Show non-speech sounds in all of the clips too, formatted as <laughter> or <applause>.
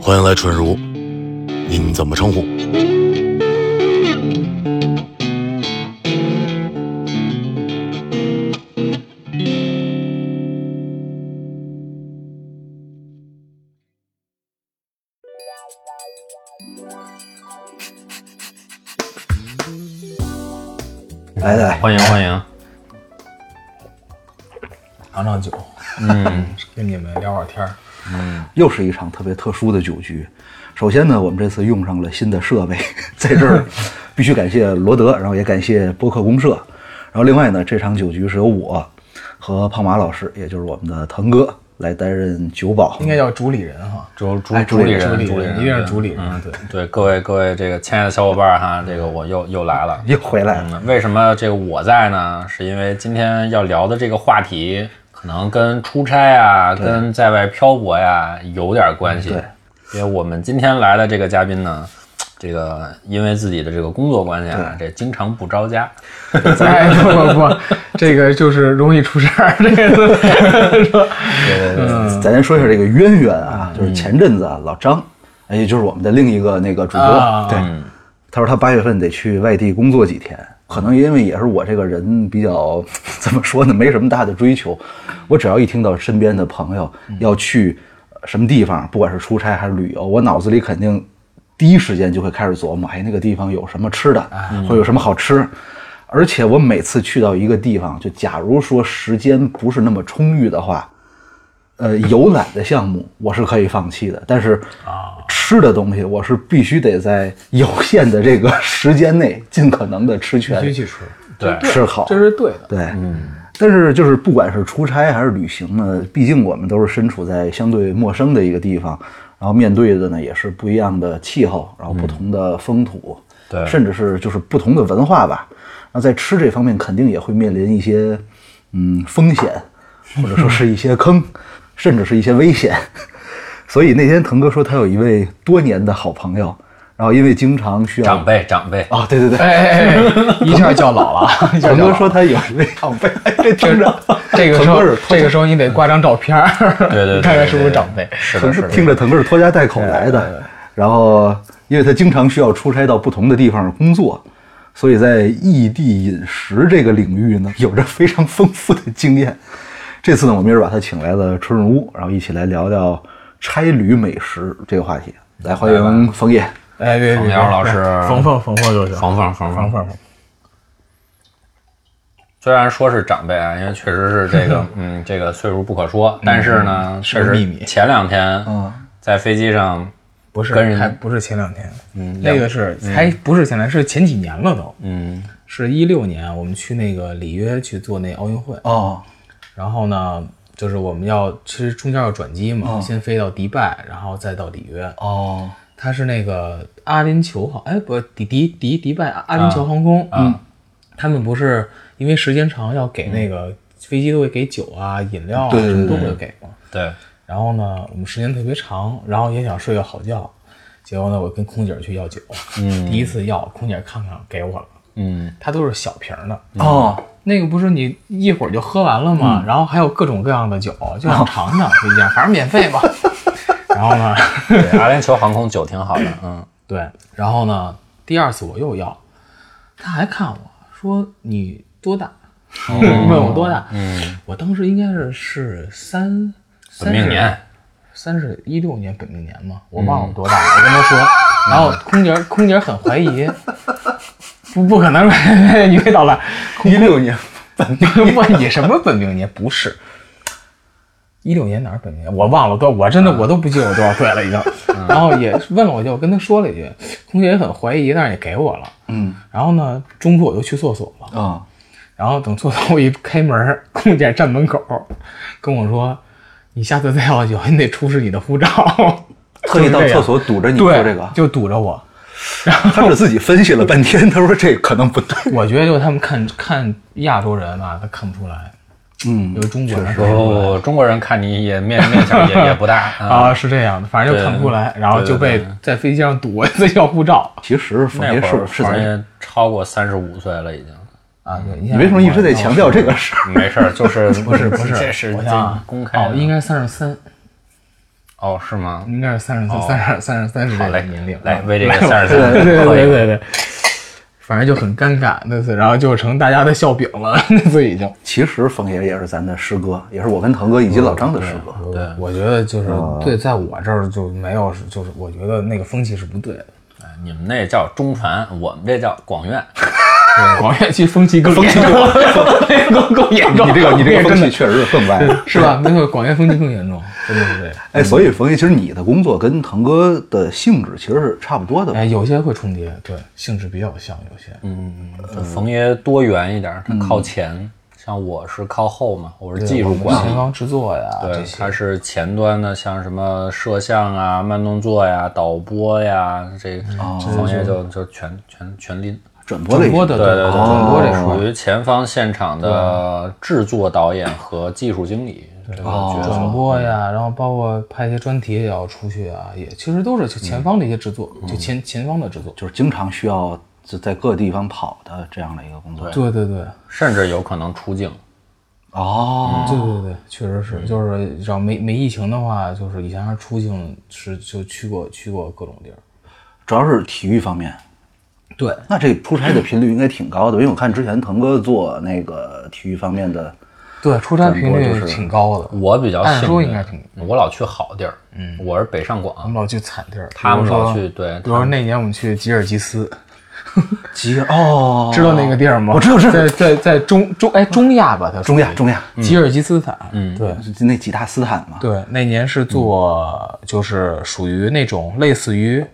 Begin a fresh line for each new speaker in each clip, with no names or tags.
欢迎来春如，您怎么称呼？
来来来，
欢迎欢迎，
尝尝酒，
嗯，
跟你们聊会儿天儿。
又是一场特别特殊的酒局。首先呢，我们这次用上了新的设备， <laughs> 在这
<laughs>
儿必须感谢罗德，然后也感谢播客公社。然后另外呢，这场酒局是由我和胖马老师，也就是我们的腾哥来担任酒保。
应该叫主理人哈，
主主
哎
主
主
理
理
主
人，
理
主理
人
人，
一定是主理人
嗯
对
对，各位各位，这个亲爱的小伙伴儿哈，这个我又又来了。
又回来了，
嗯，为什么这个我在呢？是因为今天要聊的这个话题，可能跟出差啊，跟在外漂泊呀、有点关系。
对，
因为我们今天来的这个嘉宾呢，这个因为自己的这个工作关系啊，这经常不着家。
哎，不不不，这个就是容易出事儿，这个是吧？
咱先说一下这个渊源啊，就是前阵子啊，老张，哎，也就是我们的另一个那个主播，
啊
对，他说他八月份得去外地工作几天，可能因为也是我这个人比较 <laughs> 怎么说呢，没什么大的追求，我只要一听到身边的朋友要去呃什么地方，不管是出差还是旅游，我脑子里肯定第一时间就会开始琢磨，哎，那个地方有什么吃的，或者有什么好吃。而且我每次去到一个地方，就假如说时间不是那么充裕的话，
<laughs>
呃，游览的项目我是可以放弃的，但是
啊
吃的东西我是必须得在有限的这个时间内尽可能的吃
必须
全，
去吃，
对，
吃好。
这是嗯对的。
对，但是就是不管是出差还是旅行呢，毕竟我们都是身处在相对陌生的一个地方，然后面对的呢也是不一样的气候，然
嗯
后不同的风土，
对
甚至是就是不同的文化吧。那在吃这方面，肯定也会面临一些嗯风险，或者说是一些坑，甚至是一些危险。所以那天腾哥说他有一位多年的好朋友，然后因为经常需要
长辈长辈，
啊、对对对，
哎哎哎，一下叫老了，一下
腾
叫
哥
老
说他有一位长辈，哎这听着
这个时
腾
候
哥是，
这个时候你得挂张照片儿，
对对对
看看是不是长辈。
是
腾
的，
是哎
是的，
听着腾哥是拖家带口来的，然后因为他经常需要出差到不同的地方工作，所以在异地饮食这个领域呢， <laughs> 有着非常丰富的经验。这次呢，我们也是把他请来了春如，然后一起来聊聊差旅美食这个话题。来，欢迎冯烨。
哎，别
冯
别，
瑶老师
冯冯冯冯就行，
冯冯冯
冯冯
虽然说是长辈啊，因为确实是这
<laughs>
个，嗯，这个岁数不可说，但是呢，确
嗯是
实
秘密嗯
前两天在飞机上，
不是
跟人
还不是前两天，
嗯
那个是还不是前两天，是前几年了都，
嗯，
是一六年我们去那个里约去做那奥运会，
哦，
然后呢，就是我们要其实中间要转机嘛，先飞到迪拜，然后再到里约。
哦，
它是那个阿联酋航，哎，不，迪迪迪迪拜阿联酋航空，
啊
嗯，他们不是因为时间长要给那个飞机都会给酒啊、饮料啊
对对
什么都会给嘛。
对，
然后呢，我们时间特别长，然后也想睡个好觉，结果呢，我跟空姐去要酒，嗯，第一次要，空姐看看给我了，
嗯，
它都是小瓶儿的，
哦，
那个不是你一会儿就喝完了吗？然后还有各种各样的酒，就想尝 <laughs> 尝推荐，反正免费嘛。 <laughs> 然后呢，
对，阿联酋航空酒挺好的，
<clears throat>
嗯，
对，然后呢，第二次我又要，他还看我说你多大？
哦
<laughs> 问我多大？嗯，我当时应该是是三
本命年，嗯
三十一六年本命年嘛，我忘了我多大了。我跟他
<laughs>
说，然后空姐空姐很怀疑，不不可能， <laughs> 你别捣乱。
一六年，
<laughs> 问你什么本命年？不是，一六年哪儿本命年？我忘了多，我
啊
真的我都不记得我多少岁
<laughs>
了已经。然后也问了我一句，我跟他说了一句，空姐也很怀疑，但是也给我了。
嗯，
然后呢，中途我就去厕所了。
啊，
然后等厕所我一开门，空姐站门口跟我说：“你下次再要酒，你得出示你的护照。”
特意到
就是这样
厕所堵着你说
对
这个，
就堵着我。
<laughs> 他是自己分析了半天，他说这可能不对。
我觉得就是他们看看亚洲人啊，他看不出来，
嗯
有，中国人看不
不
出来
不不，中国人看你也面面相
<laughs>
也也不大
啊，
啊，
是这样的，反正就看不出来，然后就被
对
在飞机上堵， <laughs> 自己要护照
<laughs> 其实冯
那
烨
会
是
儿
是
好像
咱
也超过三十五岁了已经。
啊。对，
你为什么一直在强调这个事儿？
<laughs>
没事儿，就是不
不是不是，
这是
我想想啊
公开
哦，
的
应该三十三，
哦，是吗？
应该是三十岁、三十二、三十三十
好
这个
嘞
年龄，，
来
啊
为这个三十
对
三
对对
喝一
对
个。
对对，反正就很尴尬那次，然后就成大家的笑柄了， <laughs> 那次已经。
其实冯爷也是咱的师哥，也是我跟腾哥以及老张的师哥。
对，嗯我觉得就是对，在我这儿就没有，就是我觉得那个风气是不对的。
哎你们那叫中传，我们这叫广院。
<laughs> 广院区风气更严重，更更严 <laughs> 重。
你这个你这个
真
风
的
气确实是更歪。
是吧？没错，广院风气更严重，真的是这样。
哎，所以冯爷，其实你的工作跟腾哥的性质其实是差不多的吧。
哎，有些会重叠，对，性质比较像，有些。
嗯，就冯爷多元一点儿，他靠前，像我是靠后嘛，我是技术
嗯我们
管理
前。方制作呀，
对
这，些
它是前端的，像什么摄像啊、慢动作呀、导播呀，这
哦
冯爷就就全全全拎。
转播类
转播
型
的
对对对，
转播这
属于前方现场的制作导演和技术经理这个角色。
转播呀，然后包括拍一些专题也要出去啊，也其实都是就前方的一些制作，就前前方的制作。
就是经常需要就在各地方跑的这样的一个工作。
对对对，
甚至有可能出镜。
哦，
对对对，确实是，就是只要没没疫情的话，就是以前还出境是就去过去过各种地儿。
主要是体育方面。
对，
那这出差的频率应该挺高的，因为我看之前腾哥做那个体育方面的，
对，出差
转
频
播
率
就是
挺高的。
我比较
按
幸
说
运
应该挺，
我老去好地儿。嗯，我是北上
我
广，
们老去惨地儿，比
他们
如说
老去对
比如说那年我们去吉尔吉斯，
极哦，
知道那个地儿吗？
我知道知道
在在在中中哎中亚吧，它
中亚中亚，
亚吉尔吉斯斯坦，嗯，对
就那吉他斯坦嘛，
对，那年是
嗯
做就是属于那种类似于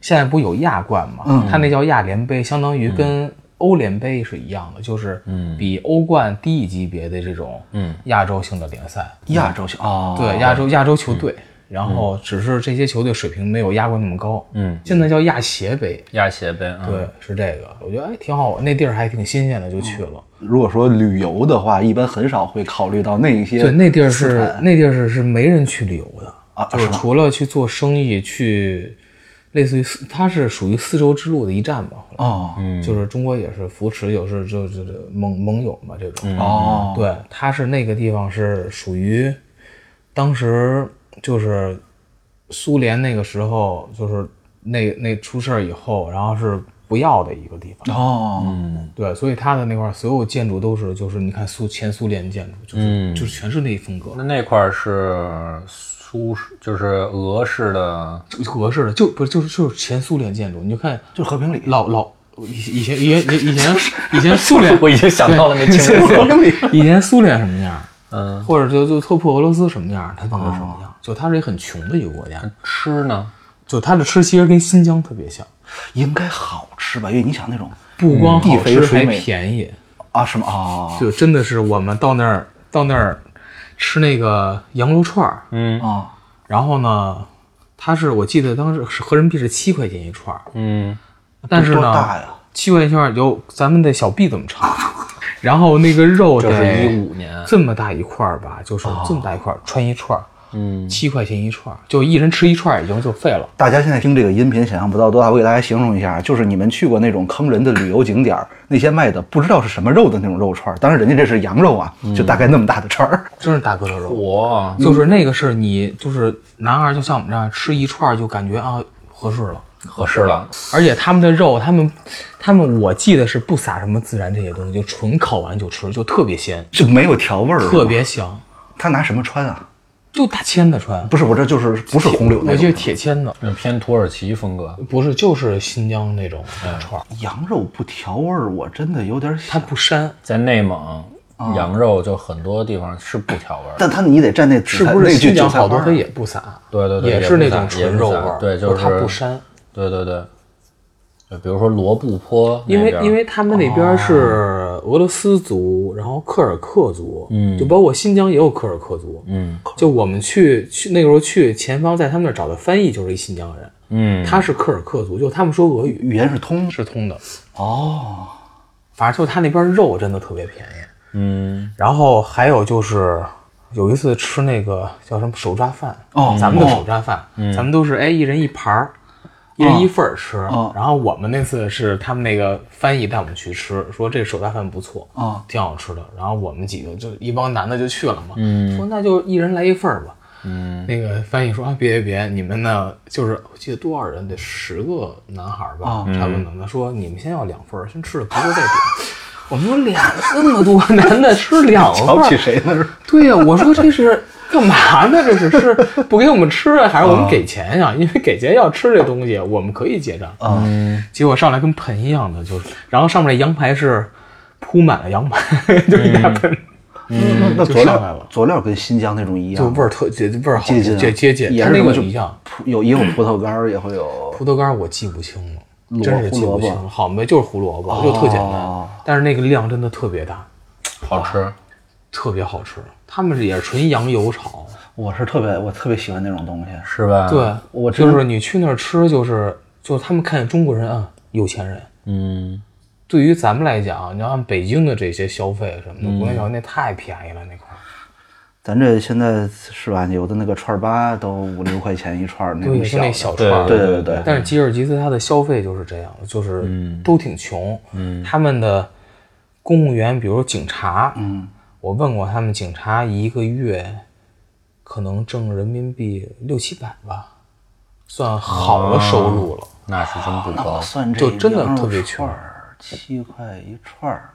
现在不有亚冠嘛，
嗯
它那叫亚联杯，相当于跟欧联杯是一样的，就是
嗯
比欧冠低一级别的这种亚洲性的联赛，
亚洲型嗯哦，嗯
对亚洲亚洲球队。然后只是这些球队水平没有亚冠那么高，
嗯，
现在叫亚协杯，
亚协杯。嗯，
对，是这个，我觉得哎挺好玩，那地儿还挺新鲜的，就去了。
如果说旅游的话，一般很少会考虑到那一些
对，那地儿是那地儿是是没人去旅游的
啊
就是除了去做生意，去类似于丝它是属于丝绸之路的一站吧，
哦
就是中国也是扶持，有时就就就盟盟友嘛这种。
哦，
对，它是那个地方是属于当时就是苏联那个时候就是那那出事儿以后，然后是不要的一个地方。
哦，
对，所以它的那块儿所有建筑都是，就是你看苏前苏联建筑，就是、
嗯
就是全是那一风格，
那那块儿是苏式，就是俄式的，，
合适的就不是就是就是前苏联建筑，你就看
就和平里
老老以以前以前以前以前苏
<laughs>
联
我已经想到了那情景。
以前苏联什么样，
嗯，
或者就就特破俄罗斯什么样，它当时什么
哦
样，就它是一个很穷的一个国家，
吃呢？
就它的吃其实跟新疆特别像，
应该好吃吧？因为你想那种
不光
嗯地
好
肥
吃
水
还
美
便宜，
啊什么啊
就真的是我们到那儿到那儿吃那个羊肉串儿，
嗯
啊，
然后呢，它是我记得当时是合人民币是七块钱一串儿，
嗯，
但是
多
呢
大，呀？
七块钱一串儿有咱们的小臂这么长， <laughs> 然后那个肉
这是一
得
五年。
这么大一块儿吧，就是
哦
这么大一块儿穿一串儿，
嗯，
七块钱一串儿，就一人吃一串儿已经就废了。
大家现在听这个音频，想象不到多大。我给大家形容一下，就是你们去过那种坑人的旅游景点儿，那些卖的不知道是什么肉的那种肉串儿，当然人家这是羊肉啊，
嗯
就大概那么大的串儿。
真是大疙瘩肉，
我
就是那个是你就是男孩儿就像我们这样吃一串儿就感觉啊合适了，
合适了。
而且他们的肉，他们他们我记得是不撒什么孜然这些东西，就纯烤完就吃，就特别鲜，
就没有调味儿，
特。别香，
他拿什么穿啊？
就大签子穿，
不是，我这就是不是红柳那
我记
种
得铁签子，
那偏土耳其风格，
不是就是新疆那种
嗯
串儿，
羊肉不调味儿，我真的有点
它
想。
不膻，
在内蒙，
哦
羊肉就很多地方是不调味儿的。
但他你得蘸那紫
是
菜
不是
那句
新
韭
疆
菜
好
花
多
儿
它也不撒，
对对对，
也
也
是那
不
种
散也
纯
不
肉味
散
儿，
对，就是
它不膻，
对对对，对，比如说罗布泊那
因为
边儿，哦
因为他们那边是俄罗斯族，然后柯尔克族，嗯，就包括新疆也有柯尔克族，
嗯
就我们去去那个时候去前方，在他们那儿找的翻译就是一新疆人，
嗯，
他是柯尔克族，就他们说俄语
语言是通
是通的，
哦，
反正就他那边肉真的特别便宜。
嗯，
然后还有就是有一次吃那个叫什么手抓饭
哦嗯
咱们的手抓饭，咱们都是哎一人一盘儿，一人一份儿吃。
哦
然后我们那次是他们那个翻译带我们去吃，说这手抓饭不错，
哦嗯
挺好吃的。然后我们几个就一帮男的就去了嘛，说那就一人来一份儿吧。嗯，那个翻译说啊，别别别，你们呢，就是我记得多少人，得十个男孩吧，差不多能。他说你们先要两份儿，先吃了不 <laughs> 够再点。我们说两这么多男的吃两份儿，
谁呢？
对呀、我说这是干嘛呢？这是是不给我们吃啊，还是我们给钱 <laughs> 呀、因为给钱要吃这东西，我们可以结账。嗯，结果上来跟盆一样的，就是，然后上面的羊排是铺满了羊排， <laughs> 就是一大盆，
那嗯那
嗯就
佐
上来了
料佐料跟新疆那种一样
就
吗，
味儿特接味儿好，
接近啊
接接近，
也
它
是
那
什么
个
就
一样。
葡有也有葡萄干儿，也会
<laughs>
有
葡萄干儿我记不清了，
萝
真是记
胡
不清
萝哦
了，好没就是胡萝卜，就特简单，但是那个量真的特别大，
好吃。
特别好吃。他们也是纯羊油炒，
我是特别我特别喜欢那种东西，
是吧？，
对，
嗯我真
就是你去那儿吃，就是就是他们看中国人啊，有钱人。
嗯，
对于咱们来讲，你要按北京的这些消费什么
嗯
的，国内小那太便宜了那块儿。
咱这现在是吧？有的那个串儿吧都五六块钱一串儿，那
对，
种
就那
小
小
的
串儿。
对对对
但是吉尔吉斯它的消费就是这样，就是都挺穷。嗯，他们的公务员，比如警察，嗯，我问过他们，警察一个月可能挣人民币六七百吧，算好的收入了。
那是真不
那
高
我。算这
就真的
羊肉
特别
串儿七块一串儿，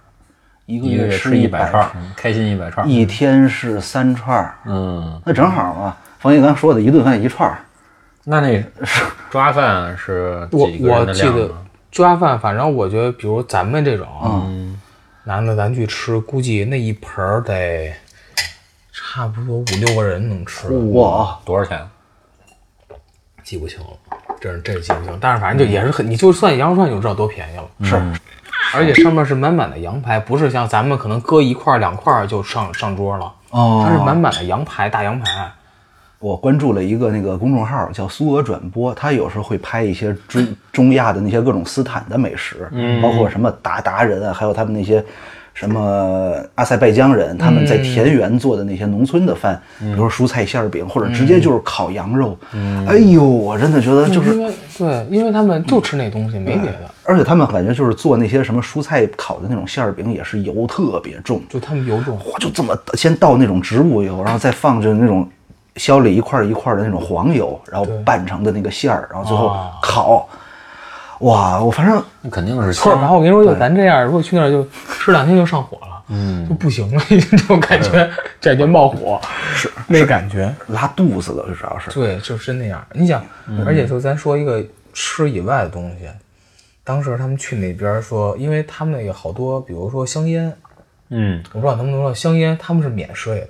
一个
一个
月
月
吃
吃一百
百
串
串
儿，，嗯开心一百串儿。
一天是三串儿，
嗯，
那正好嘛。冯毅刚说的一顿饭一串儿，
那那抓饭是
我
哦几个
我
人的
记
量
得
呢？
抓饭，反正我觉得，比如咱们这种、啊
嗯
男的，咱去吃，估计那一盆儿得差不多五六个人能吃，
哇，
多少钱？
记不清了，真是真是记不清。但是反正就也是很，你就算羊肉串，你就知道多便宜了。
是
而且上面是满满的羊排，不是像咱们可能搁一块儿两块儿就上上桌了，
哦
它是满满的羊排，大羊排。
我关注了一个那个公众号叫苏俄转播，他有时候会拍一些中中亚的那些各种斯坦的美食，包括什么鞑靼人啊，还有他们那些什么阿塞拜疆人，他们在田园做的那些农村的饭，比如说蔬菜馅儿饼，或者直接就是烤羊肉。哎呦，我真的觉得就是
因为对，因为他们就吃那东西，没别的，
而且他们感觉就是做那些什么蔬菜烤的那种馅儿饼，也是油特别重，
就他们有种
哗就这么先倒那种植物油，然后再放着那种削里一块儿一块儿的那种黄油，然后拌成的那个馅儿，然后最后
啊
烤。哇，我反正
那肯定是
错儿，然
香。
后我跟你说，就咱这样，如果去那儿就吃两天就上火了，嗯，就不行了，已 <laughs> 经这种感觉，感觉冒火，是那感觉，
拉肚子了，主要是。
对，就是那样。你想，而且就咱说一个吃以外的东西，当时他们去那边说，因为他们那个好多，比如说香烟，
嗯，
我不知道能不能说香烟，他们是免税的。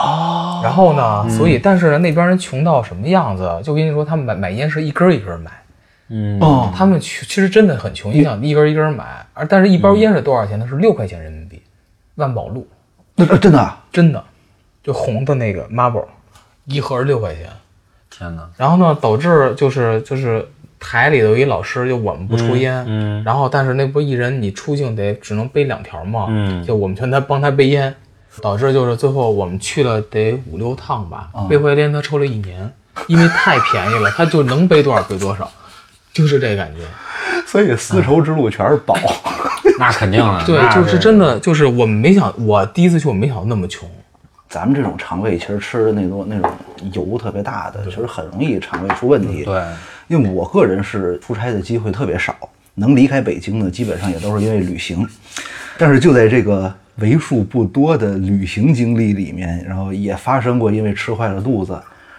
哦，然后呢？所以，但是呢，那边人穷到什么样子？就跟你说，他们买买烟是一根儿一根儿买，
嗯
哦，
他们去其实真的很穷，你想一根一根买，而但是一包烟是多少钱呢？是六块钱人民币，万宝路
那那真的啊
真的，就红的那个 Marble，一盒六块钱。
天哪！
然后呢，导致就是就是台里头有一老师，就我们不抽烟，
嗯
然后但是那不一人你出境得只能背两条嘛，
嗯
就我们全他帮他背烟，导致就是最后我们去了得五六趟吧，
啊
背回来烟他抽了一年，因为太便宜了， <laughs> 他就能背多少背多少，就是这感觉。
<laughs>
啊
所以丝绸之路全是宝。 <laughs>
那肯定了。
对，
那
就是真的，就是我没想，我第一次去，我没想到那么穷。
咱们这种肠胃其实吃的那种那种油特别大的，其实很容易肠胃出问题。
对，
因为我个人是出差的机会特别少，能离开北京呢，基本上也都是因为旅行。但是就在这个为数不多的旅行经历里面，然后也发生过因为吃坏了肚子，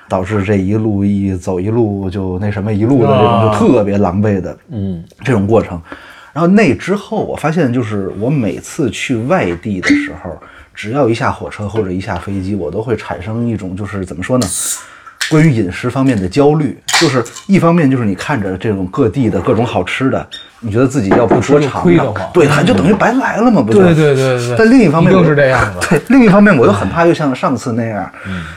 导致这一路一走一路就那什么一路的这种就特别狼狈的，嗯，这种过程。然后那之后，我发现就是我每次去外地的时候，只要一下火车或者一下飞机，我都会产生一种就是怎么说呢，关于饮食方面的焦虑，就是一方面就是你看着这种各地的各种好吃的，你觉得自己要不说尝
亏得
尝
慌，
对，它就等于白来了嘛，不就？
对对对对对
但另一方面，
一定
我
是这样的嗯
对，另一方面，我又很怕，又像上次那样，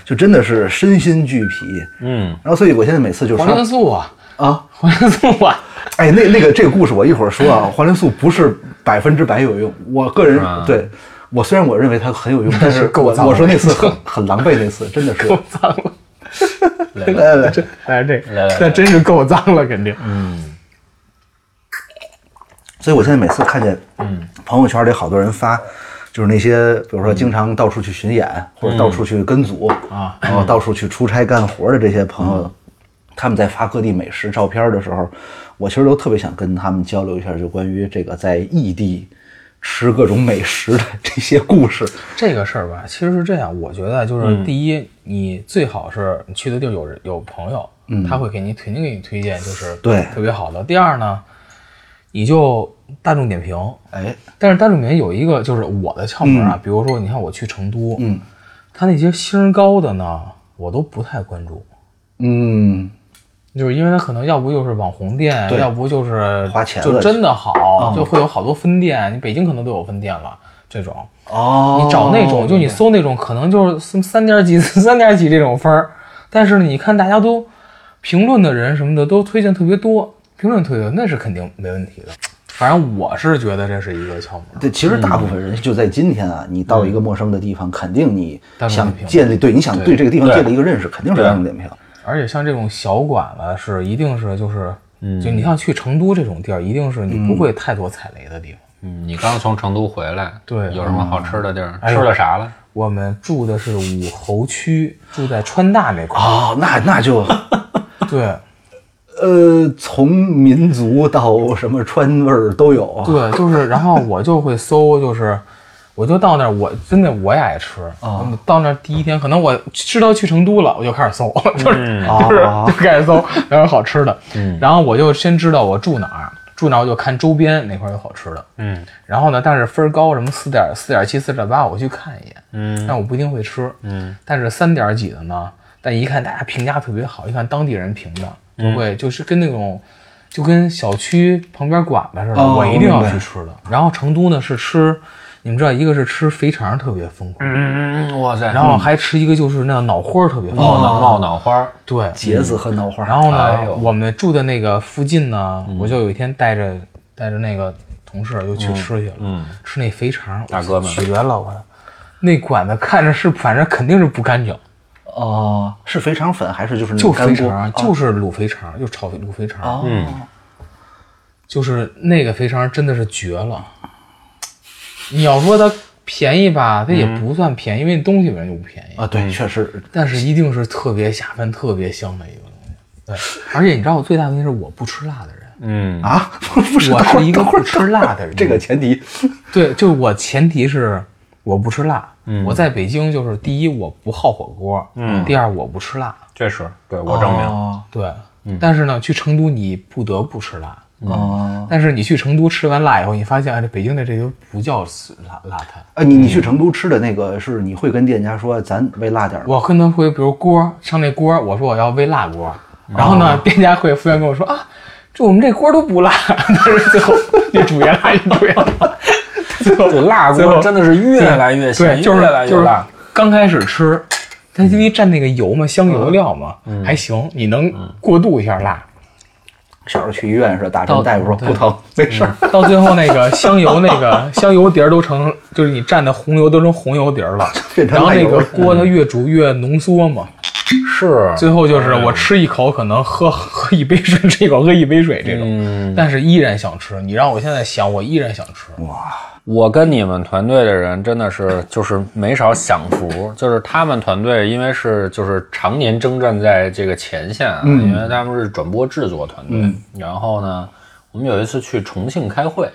就真的是身心俱疲。
嗯，
然后，所以我现在每次就
黄
刷
连素啊，
啊，
黄连素啊，
哎，那那个这个故事我一会儿说啊，黄连素不是百分之百有用，我个人
吧
对我虽然我认为它很有
<laughs>
用，但是我我说那次很很狼狈，那次真的是
脏
<laughs>
了，
来
来来来，
来这个
来来来，
那真是够脏了，肯定。
所以我现在每次看见，嗯，朋友圈里好多人发就是那些比如说经常到处去巡演、或者到处去跟组
嗯啊，嗯
然后到处去出差干活的这些朋友，他们在发各地美食照片的时候，我其实都特别想跟他们交流一下，就关于这个在异地吃各种美食的这些故事。
这个事儿吧，其实是这样，我觉得就是第一，你最好是你去的地儿有人有朋友，他会给你肯定给你推荐，就是
嗯对
特别好的。第二呢，你就大众点评，
哎，
但是大众点评有一个就是我的窍门啊，比如说你看我去成都，
嗯，
他那些星高的呢，我都不太关注，
嗯，
就是因为他可能要不就是网红店，
对
要不就是
花钱了嗯
就真的好，就会有好多分店，你北京可能都有分店了这种。
哦，
你找那种，就你搜那种，可能就是三三点几、 <laughs> 三点几这种分儿。但是呢，你看大家都评论的人什么的都推荐特别多，评论特别多，那是肯定没问题的。反正我是觉得这是一个窍门儿。
对，其实大部分人就在今天啊，你到一个陌生的地方，肯定你
嗯大众
想
点评
建立对你想对这个地方
对
建立一个认识，肯定是大众点评。
而且像这种小馆子是一定是就是，
嗯
就你像去成都这种地儿，一定是你不会太多踩雷的地方。
嗯，你刚从成都回来，
对
有什么好吃的地儿？
哎
吃
呦
了啥了？
我们住的是武侯区，住在川大
<laughs>
那块儿。
哦，那那就
对
呃，从民族到什么川味儿都有啊。
对，就是，然后我就会搜，就是，我就到那儿，我真的我也爱吃。啊，到那儿第一天，可能我知道去成都了，我就开始搜，就是、 <laughs> 就是
啊
就开始搜哪有好吃的。然后我就先知道我住哪儿，住哪儿我就看周边哪块儿有好吃的。
嗯
然后呢，但是分儿高，什么四点四点七、四点八，我去看一眼，
嗯
但我不一定会吃。
嗯，
但是三点几的呢，但一看大家评价特别好，一看当地人评的，
嗯
就会就是跟那种。就跟小区旁边馆子似的，
哦
我一定要
明白
去吃的。然后成都呢是吃，你们知道，一个是吃肥肠特别疯狂，
嗯，哇塞，
然后还吃一个就是那脑花儿特别疯
冒哦
狂。
脑冒脑花儿，
对，
茄子和脑花，
然后呢，
哎呦嗯
我们住的那个附近呢，我就有一天带着带着那个同事又去吃去了，
嗯
吃那肥肠，
大哥们
我绝了我。那馆子看着是，反正肯定是不干净，
嗯
哦，是肥肠粉还是就是那种
就肥
干锅？
肠，
哦
就是卤肥肠，就炒卤肥肠，
哦，
就是那个肥肠真的是绝了。你要说它便宜吧，它也不算便
嗯
宜，因为东西本身就不便宜，
啊，对，确实
但是一定是特别下饭、特别香的一个东西。对，而且你知道我最大的问题是我不吃辣的人。
嗯，
啊，不不是，
我
等会
是
儿
一个
等会
不
儿
吃辣的人，
这个前提，
对，就是我前提是我不吃辣。
嗯
我在北京就是第一我不好火锅，嗯，第二我不吃辣，
嗯
这是对我证明，
哦
对。但是呢，去成都你不得不吃辣，
哦，
但是你去成都吃完辣以后，你发现哎，这北京的这个不叫辣辣菜。
哎，你你去成都吃的那个是你会跟店家说咱喂辣点儿吗？
我跟他会，比如锅上那锅，我说我要微辣锅，
嗯
然后
哦
呢，店家会服务员跟我说啊，这我们这锅都不辣， <laughs> 但是最后越煮越辣，越煮越辣。最后
对辣
最后
锅真的是越来越
对，
咸，
就是
越来越
就是
辣。嗯
刚开始吃，它因为蘸那个油嘛，香油料嘛，还行，你能过渡一下辣。
小时候去医院是打针，
到
大夫说不疼，没事儿。
嗯
到最后那个香油那
<laughs>
个香油碟儿都成，就是你蘸的红油都成红油碟
<laughs>
儿了，
变成
然后
辣
那
油
个
了
锅
嗯
它越煮越浓缩嘛。
是，
最后就是
嗯
我吃一口，可能喝 <laughs> 喝一杯水，吃一口喝一杯水这种，
嗯，
但是依然想吃。你让我现在想，我依然想吃。
我跟你们团队的人真的是就是没少享福，就是他们团队因为是就是常年征战在这个前线啊，
嗯
因为他们是转播制作团队。然后呢，我们有一次去重庆开会，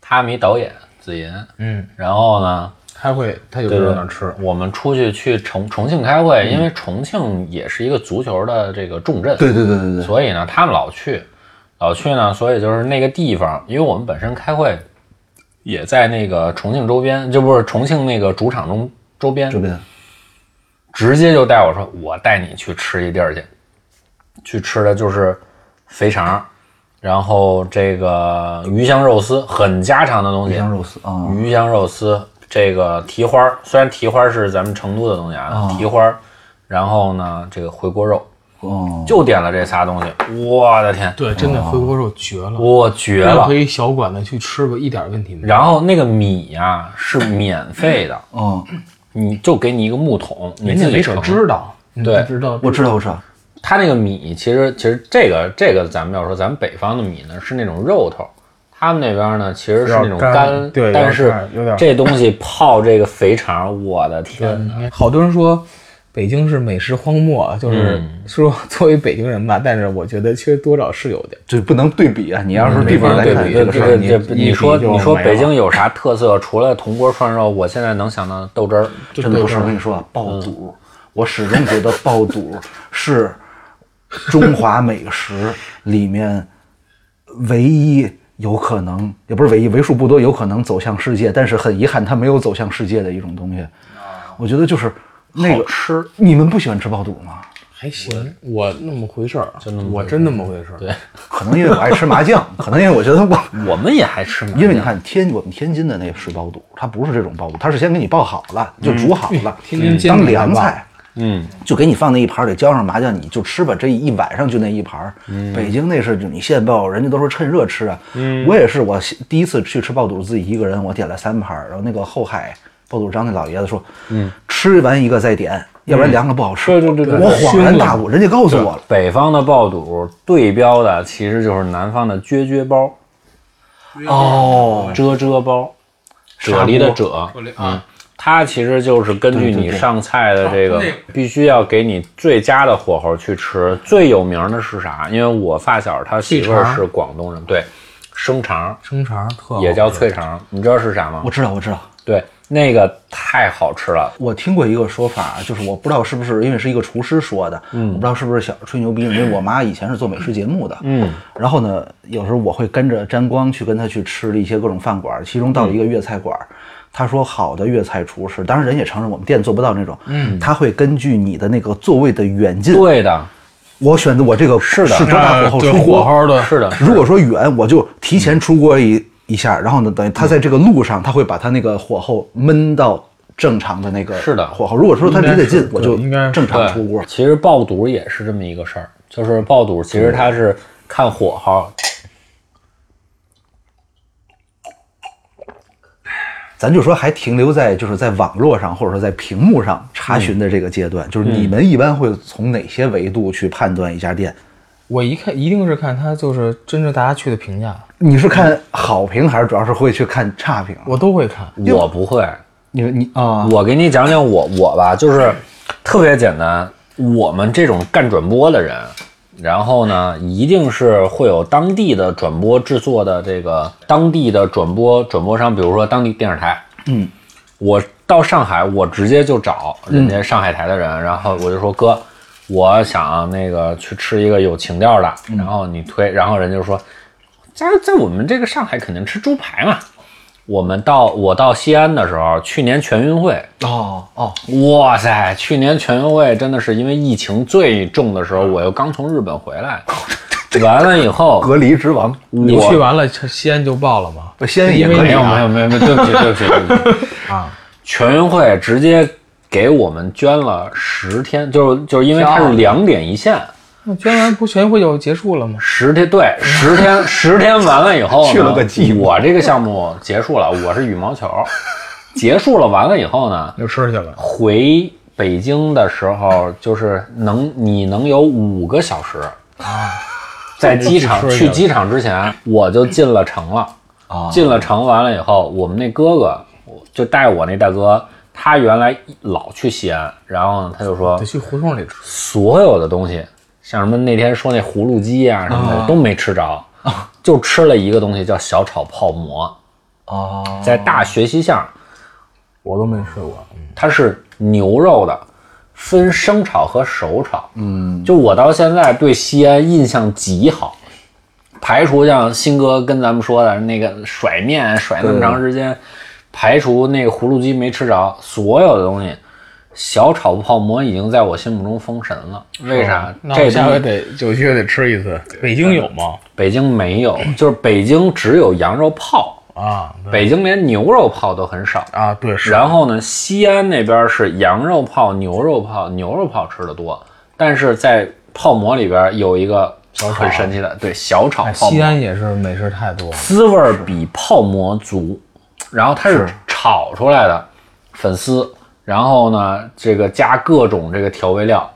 他们一导演子银，
嗯，
然后呢，
开会他有时
对
候
对
在那儿吃，嗯
我们出去去重重庆开会，因为重庆也是一个足球的这个重镇，
对对对对对，
所以呢，他们老去，老去呢，所以就是那个地方，因为我们本身开会也在那个重庆周边，就不是重庆那个主场中周边
这，边
直接就带我说，我带你去吃一地儿去，去吃的就是肥肠，然后这个鱼香肉丝，很家常的东西，
鱼香肉丝啊，
鱼香肉丝，这个蹄花儿，虽然蹄花儿是咱们成都的东西啊，蹄花儿，然后呢，这个回锅肉，
哦，
就点了这仨东西，我的天，
对，真的回锅肉绝了。
哦我绝
任
了
何。一小馆子去吃吧，一点问题没有。
然后那个米呀、是免费的，
哦，
你就给你一个木桶，你
人家
自己
没准
盛。
知道，你
对
知道
我知道我知道，
它那个米其实其实这个这个咱们要说咱们北方的米呢是那种肉头，他们那边呢，其实是
要
那种
干
干，
对要
但是
干有点
这东西泡这个肥肠，我的天呐，
好多人说北京是美食荒漠，啊就是
嗯
说 <laughs> 作为北京人吧，但是我觉得其实多少是有点。
这不能对比啊！你要是
没
对
法
比来
对
看
比
这
对
个
比
事儿，
对
你
比，你说
你就
你说
没
北
了
京有啥特色？除了铜锅涮肉，我现在能想到的豆汁儿，
真的不是。我跟你说啊，爆肚，我始终觉得爆 <laughs> 肚是中华美食里面唯一有可能，也不是唯一，为数不多有可能走向世界，但是很遗憾它没有走向世界的一种东西。我觉得就是那个啊吃，你们不喜欢吃爆肚吗？
还行，我那么回事儿，啊我真那么回事儿。对，
可能因为我爱吃麻酱， <laughs> 可能因为我觉得我
我们也还吃麻
因为你
酱
看天，我们天津的那个石包肚，它不是这种包肚，它是先给你爆好了，就煮好了，
嗯天津煎饼
当凉
还
菜，
嗯，
就给你放那一盘儿，给浇上麻酱，你就吃吧。这一晚上就那一盘儿。
嗯
北京那是你现爆，人家都说趁热吃啊。我也是，我第一次去吃爆肚，自己一个人，我点了三盘儿，然后那个后海爆肚张那老爷子说，嗯，吃完一个再点，要不然凉了不好吃。
对对对对
我
对
恍
熏
然
了
大悟，人家告诉我了。
北方的爆肚对标的其实就是南方的撅撅包、
哦，
遮遮包，啫喱的啫，嗯，它其实就是根据你上菜的这个，必须要给你最佳的火候去吃。最有名的是啥？因为我发小他媳妇儿
细肠
是广东人，对，生肠
生肠特好
也叫脆肠，你知道是啥吗
我？知道，我知道。
对，那个太好吃了。
我听过一个说法，就是我不知道是不是因为是一个厨师说的，嗯，我不知道是不是想吹牛逼，因为我妈以前是做美食节目的，嗯，然后呢，有时候我会跟着沾光去跟她去吃了一些各种饭馆，其中到了一个粤菜馆，她说好的粤菜厨师，当然人也承认我们店做不到那种，嗯，他会根据你的那个座位的远近，
对的，
我选择我这个是
的
是多大火候
对
出锅，
火候的
是的，
<laughs> 如果说远，我就提前出锅一一下，然后呢，等于他在这个路上，他会把他那个火候闷到正常的那个
是的
火候。如果说他离得
应该
近
是，
我就
对应该是
正常
对，
出锅。
其实爆肚也是这么一个事儿，就是爆肚其实它是看火候，
咱就说还停留在就是在网络上或者说在屏幕上查询的这个阶段，
嗯
就是你们一般会从哪些维度去判断一家店？
我一看一定是看他就是真正大家去的评价，
你是看好评，还是主要是会去看差评？
我都会看。
我不会。
因为你啊，
我给你讲讲我我吧，就是特别简单。我们这种干转播的人，然后呢，一定是会有当地的转播制作的这个当地的转播转播商，比如说当地电视台。
嗯，
我到上海，我直接就找人家上海台的人，然后我就说哥，我想那个去吃一个有情调的，然后你推，然后人就说，在在我们这个上海肯定吃猪排嘛。我们到我到西安的时候，去年全运会，
哦哦，
哇塞！去年全运会真的是因为疫情最重的时候，我又刚从日本回来， <laughs> 完了以后，
隔离之王，
你去完了，西安就爆了吗？
西安也
因为
可以
没有
啊
没有没有，没有对不起对不起对不起
啊！
全运会直接给我们捐了十天，就是就是因为它是两点一线，
那捐完不全会就结束 <laughs> 了吗？
十天对十
<laughs>
天十天完了以后呢
去了个寂寞
我这个项目结束了，我是羽毛球，结束了完了以后呢，
又吃去了。
回北京的时候，就是能你能有五个小时啊，在机场
那就去
去
吃去了
机场之前，我就进了城了。
啊
进了城完了以后，我们那哥哥我就带我那大哥，他原来老去西安，然后呢他就说
得去胡同里吃，
所有的东西，像什么那天说那葫芦鸡啊什么的、都没吃着，就吃了一个东西叫小炒泡馍，
哦，
在大学西巷。
我都没吃过。
它是牛肉的，分生炒和熟炒。嗯，就我到现在对西安印象极好，排除像新哥跟咱们说的那个甩面甩那么长时间，排除那个葫芦鸡没吃着，所有的东西。小炒泡馍已经在我心目中封神了，为啥？
哦那
这
我下
东
回
西
得有机会得吃一次。北京有吗？
北京没有，就是北京只有羊肉泡，
啊，对
北京连牛肉泡都很少。
啊，对，是。
然后呢，西安那边是羊肉泡、牛肉泡，牛肉泡吃的多，但是在泡馍里边有一个很神奇的，对，小炒
哎
泡
西
馍，
安也是美食太多了。
滋味儿比泡馍足，然后它是炒出来的粉丝，然后呢，这个加各种这个调味料，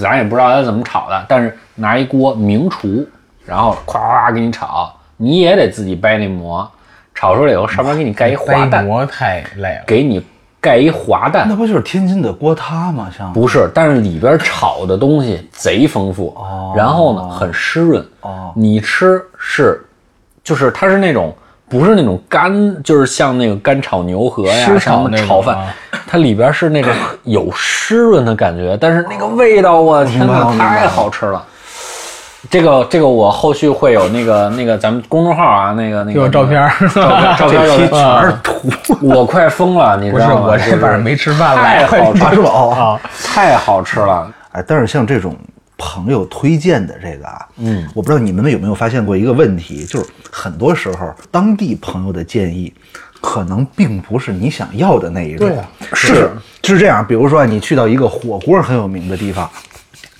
咱也不知道它怎么炒的，但是拿一锅名厨，然后咵咵咵给你炒，你也得自己掰那馍，炒出来以后上面给你盖一滑
掰
蛋，
馍太累了。
给你盖一滑蛋
那，不就是天津的锅塌吗？像
不是，但是里边炒的东西贼丰富，
哦
然后呢很湿润，
哦
你吃是，就是它是那种不是那种干，就是像那个干炒牛河呀，
湿炒
像
那种
炒饭
啊，
它里边是那种有湿润的感觉，但是那个味道，我天
明白了
哪，
明白了
太好吃了。这个这个我后续会有那个那个咱们公众号啊，那个那个
有 <laughs> 照片儿
照片照片
全
是图，我快疯了，你知
不是
道吗？
我这
就是
晚上没吃饭
太
了， <laughs>
好吃
八
了
十宝啊。
太好吃了，
哎，但是像这种朋友推荐的这个啊，嗯，我不知道你们有没有发现过一个问题，就是很多时候当地朋友的建议。可能并不是你想要的那一种，
对啊
是是这样。比如说，啊你去到一个火锅很有名的地方，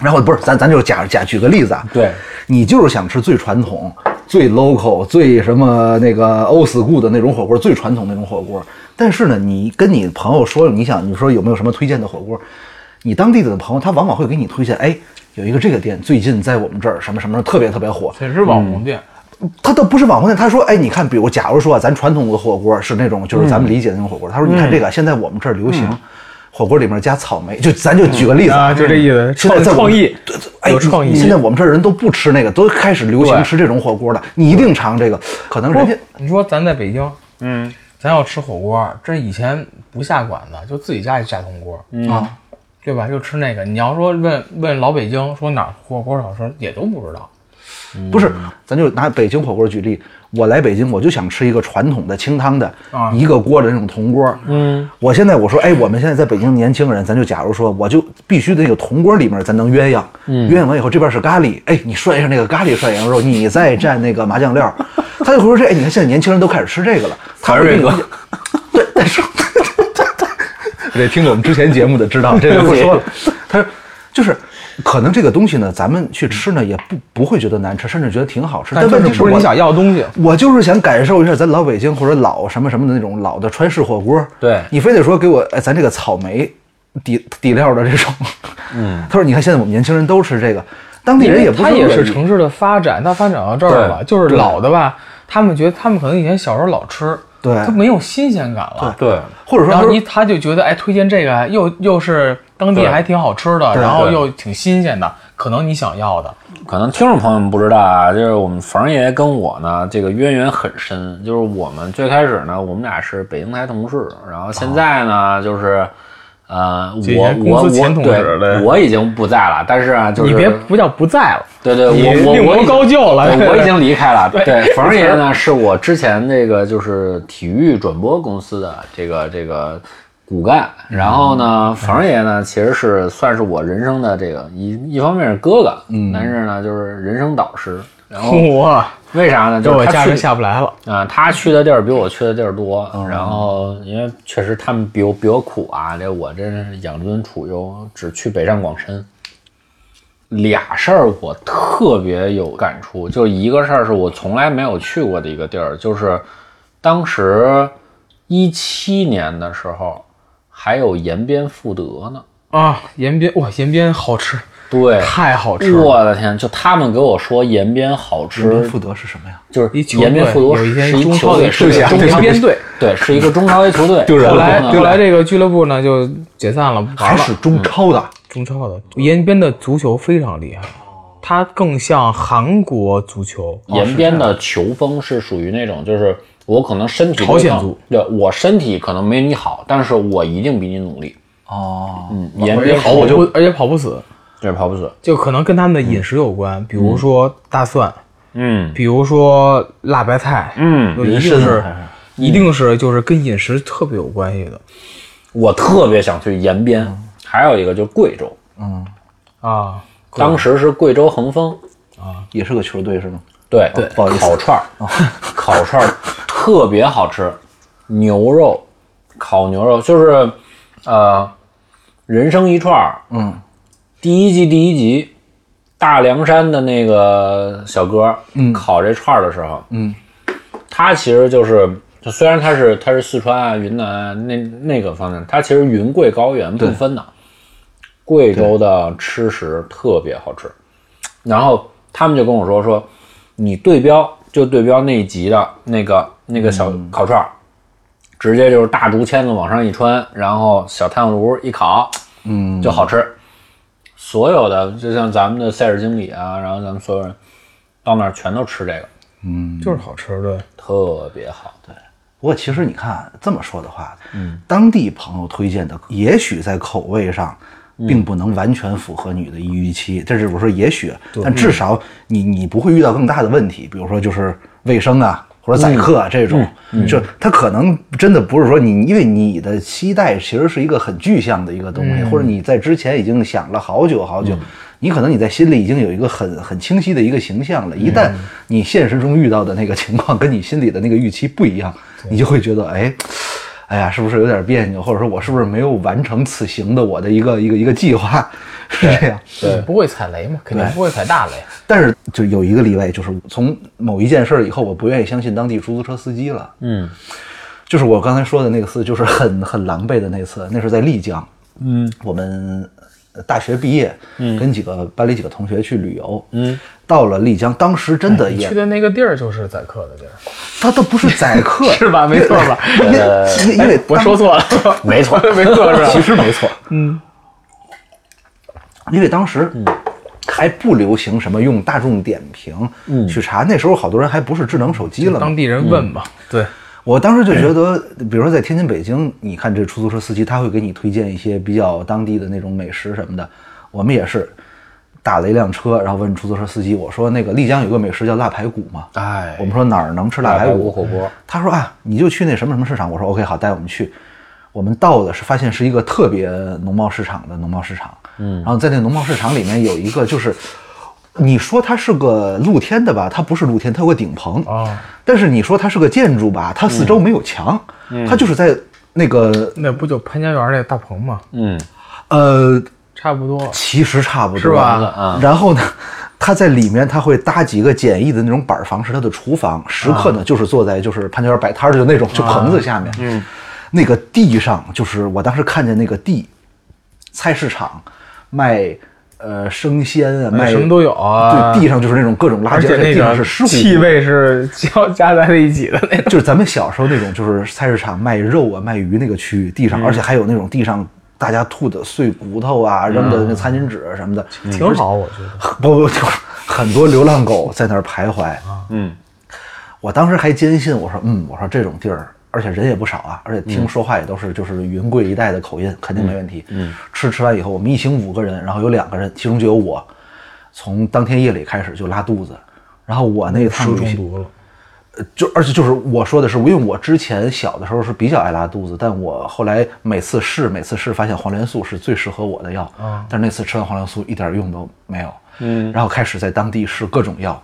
然后不是咱咱就假假举个例子啊，
对
你就是想吃最传统、最 local、最什么那个 old school 的那种火锅，最传统那种火锅。但是呢，你跟你朋友说，你想你说有没有什么推荐的火锅？你当地的朋友他往往会给你推荐，哎，有一个这个店最近在我们这儿什么什么特别特别火，
这是网红店，
他倒不是网红店，他说，哎，你看，比如假如说啊，咱传统的火锅是那种，就是咱们理解的那种火锅。他说，你看这个，现在我们这儿流行。火锅里面加草莓，就咱就举个例子
啊嗯就这意思
现在在我们
创意
对对哎，
有创意
现在我们这儿人都不吃那个，都开始流行吃这种火锅了。你一定尝这个，可能人家
你说咱在北京，嗯，咱要吃火锅，这以前不下馆子，就自己家里炸铜锅，
啊，
对吧？就吃那个。你要说问问老北京说哪儿火锅好吃，也都不知道。
不是，咱就拿北京火锅举例。我来北京，我就想吃一个传统的清汤的，
啊
一个锅的那种铜锅。嗯，我现在我说，哎，我们现在在北京年轻人，咱就假如说，我就必须得有铜锅里面咱能鸳鸯，鸳鸯完以后这边是咖喱，哎，你涮一下那个咖喱涮羊肉，你再蘸那个麻酱料，他就会说这，哎，你看现在年轻人都开始吃这个了，他
还是
会
这个
给你，对，但是。 <laughs> 得听我们之前节目的知道，这个不说了。他说，就是可能这个东西呢，咱们去吃呢，也不不会觉得难吃，甚至觉得挺好吃。但
就
问
是
题是
不是
我
你想要的东西，
我就是想感受一下咱老北京或者老什么什么的那种老的川式火锅。
对
你非得说给我哎，咱这个草莓底底料的这种，嗯， <laughs> 他说你看现在我们年轻人都吃这个，当地人也不
它也
是
是城市的发展，它发展到这儿了，
对
就是老的吧，他们觉得他们可能以前小时候老吃，
对
它没有新鲜感了。
对。
或者说他
然后
说
你他就觉得哎，推荐这个又又是当地
对
还挺好吃的，
对
然后
对
又挺新鲜的，可能你想要的。
可能听众朋友们不知道啊，就是我们房爷跟我呢这个渊源很深，就是我们最开始呢，我们俩是北京台同事，然后现在呢就是。呃，
就以
我
前
我
公
我
司前同事
对，我已经不在了，但是啊，就是
你别不叫不在了，
对对，
你
我我
另
我
谋
已
高就了
对
<laughs> 对
我已经离开了。对，冯爷呢是我之前这个就是体育转播公司的这个这个骨干，然后呢，
嗯
冯爷呢其实是算是我人生的这个一一方面是哥哥，嗯，但是呢就是人生导师。然后
哇，
为啥呢？
这
哦就
我
是
价
他
格
去
下不来了。
啊、他去的地儿比我去的地儿多，
嗯
然后因为确实他们比我比我苦啊，这我真是养尊处优，只去北上广深。俩事儿我特别有感触，就一个事儿是我从来没有去过的一个地儿，就是当时一七年的时候还有延边富德呢，
啊，延边哇，延边好吃，
对，
太好吃了。
我的天，就他们给我说延边好吃，
人民富德是什么呀？
就
一
是
球
延边
队
富德
有一些
是一
中
球
超
队，
的
是一
球
个
队
中超
延边队
<laughs> 对，是一个中超 A 球队。
丢人
后
了
来
然后呢
后来这个俱乐部呢就解散了，完
还
了
是中超的，
中超的延边的足球非常厉害，它更像韩国足球。
延哦边的球风是属于那种，就是我可能身体
朝鲜
不
族，
对我身体可能没你好，但是我一定比你努力。
哦，
嗯，延边
跑不而且跑不死，
对跑不死。
就可能跟他们的饮食有关，比如说大蒜，
嗯
比如说辣白菜，
嗯，
就一定
参
是
还是
一定是就是跟饮食特别有关系的
我特别想去延边，还有一个就是贵州，
啊。
当时是贵州恒丰，
也是个球队是吗？
对
对不好意思
烤串儿， <laughs> 烤串儿特别好吃，牛肉，烤牛肉就是，呃，人生一串儿，
嗯，
第一季第一集，大凉山的那个小哥，嗯，烤这串儿的时候，
嗯，
他其实就是，就虽然他是他是四川啊、云南啊那那个方面，他其实云贵高原不分的，贵州的吃食特别好吃。然后他们就跟我说说，你对标就对标那一集的那个那个小烤串儿，直接就是大竹签子往上一穿，然后小炭炉一烤，嗯，就好吃。所有的就像咱们的赛事经理啊，然后咱们所有人到那儿全都吃这个，
嗯就是好吃的。
特别好。对，
不过其实你看这么说的话，嗯，当地朋友推荐的，也许在口味上。并不能完全符合你的预期，这是我说也许，但至少你你不会遇到更大的问题，比如说就是卫生啊或者宰客啊这种，就它可能真的不是说你，因为你的期待其实是一个很具象的一个东西，或者你在之前已经想了好久好久，你可能你在心里已经有一个很很清晰的一个形象了，一旦你现实中遇到的那个情况跟你心里的那个预期不一样，你就会觉得哎。哎呀，是不是有点别扭？或者说我是不是没有完成此行的我的一个一个一个计划？是这样。
对，不会踩雷嘛，肯定不会踩大雷。
但是就有一个例外，就是从某一件事儿以后，我不愿意相信当地出租车司机了。
嗯
就是我刚才说的那个次，就是很很狼狈的那次，那是在丽江。嗯，我们呃大学毕业，嗯，跟几个班里几个同学去旅游，嗯，到了丽江，当时真的
哎你
也
去，的那个地儿就是宰客的地儿，
他都不是宰客，
<laughs> 是吧？没错吧？呃
因为因为因为
我
当
说错了，
没错
<laughs> 没错是
<laughs>
吧？
其实没错，嗯，因为当时
嗯
还不流行什么用大众点评
嗯
去查，那时候好多人还不是智能手机了嘛
当。地人问吧，嗯对，
我当时就觉得，比如说在天津、北京，你看这出租车司机他会给你推荐一些比较当地的那种美食什么的，我们也是。打了一辆车，然后问出租车司机：“我说那个丽江有个美食叫腊排骨嘛？
哎
我们说哪儿能吃腊
大
排
排
骨
骨火锅，
他说啊，你就去那什么什么市场。我说 OK，好，带我们去。我们到的是发现是一个特别农贸市场的农贸市场，嗯，然后在那农贸市场里面有一个就是，你说它是个露天的吧，它不是露天，它有个顶棚
哦
但是你说它是个建筑吧，它四
嗯
周没有墙，它就是在那个
那不就潘家园那大棚嘛，
嗯，
呃，
差不多。
其实差不多
是吧啊
嗯
然后呢，它在里面它会搭几个简易的那种板儿房，是它的厨房。食客
啊
呢、就是坐在就是潘家园摆摊儿的就那种就棚子下面，嗯，那个地上就是我当时看见那个地，菜市场卖呃生鲜啊，卖
什么都有啊
对，地上就是那种各种垃
而
圾，
且
地
那
上
个
是湿乎乎的
气味是交 <laughs> 加在了一起的那种。
<laughs> 就是咱们小时候那种，就是菜市场卖肉啊、卖鱼那个区域，地
嗯
上，而且还有那种地上大家吐的碎骨头啊、扔的那餐巾纸什么的，
嗯挺好，我觉得。
<laughs> 不不，就是很多流浪狗在那儿徘徊。
啊
嗯，
我当时还坚信，我说，嗯，我说这种地儿，而且人也不少啊，而且听说话也都是就是云贵一带的口音，肯定没问题。嗯，吃吃完以后，我们一行五个人，然后有两个人，其中就有我，从当天夜里开始就拉肚子，然后我那趟旅行。
毒了，
呃就而且就是我说的是，因为我之前小的时候是比较爱拉肚子，但我后来每次试每次试，发现黄连素是最适合我的药，但是那次吃完黄连素一点用都没有，嗯，然后开始在当地试各种药，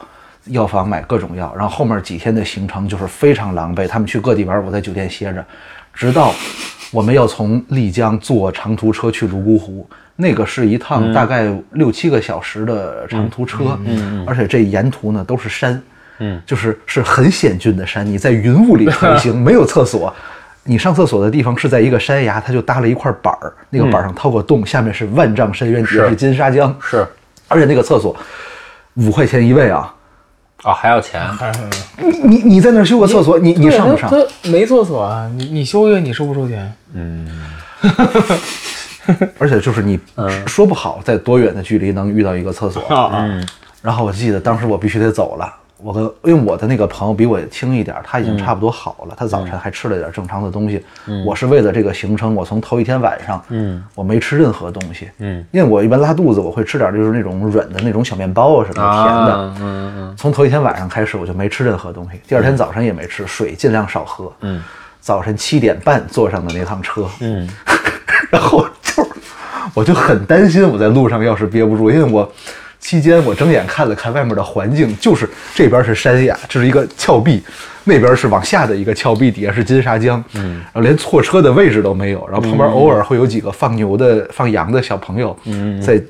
药房买各种药，然后后面几天的行程就是非常狼狈，他们去各地玩，我在酒店歇着，直到我们要从丽江坐长途车去泸沽湖，那个是一趟大概六七个小时的长途车，而且这沿途呢都是山。嗯，就是是很险峻的山，你在云雾里穿 <laughs> 行，没有厕所，你上厕所的地方是在一个山崖，它就搭了一块板儿，那个板儿上掏个洞，下面是万丈深渊，底下是金沙江，
是
而且那个厕所五块钱一位啊，
<laughs> 啊，还要钱，
你你你在那儿修个厕所，你你上不上？
对他他没厕所啊，你你修一个，你收不收钱？
而且就是你说不好在多远的距离能遇到一个厕所，
嗯 <laughs> 啊，
然后我记得当时我必须得走了，我跟因为我的那个朋友比我轻一点，他已经差不多好了，他早晨还吃了点正常的东西。我是为了这个行程，我从头一天晚上，嗯，我没吃任何东西，
嗯，
因为我一般拉肚子，我会吃点就是那种软的那种小面包啊什么的，甜的，
啊，嗯嗯，
从头一天晚上开始，我就没吃任何东西，第二天早上也没吃，水尽量少喝。嗯，早晨七点半坐上的那趟车，嗯， <laughs> 然后就我就很担心我在路上要是憋不住，因为我期间我睁眼看了看外面的环境，就是这边是山崖，这是一个峭壁，那边是往下的一个峭壁，底下是金沙江，嗯，然后连错车的位置都没有，然后旁边偶尔会有几个放牛的、放羊的小朋友，嗯，在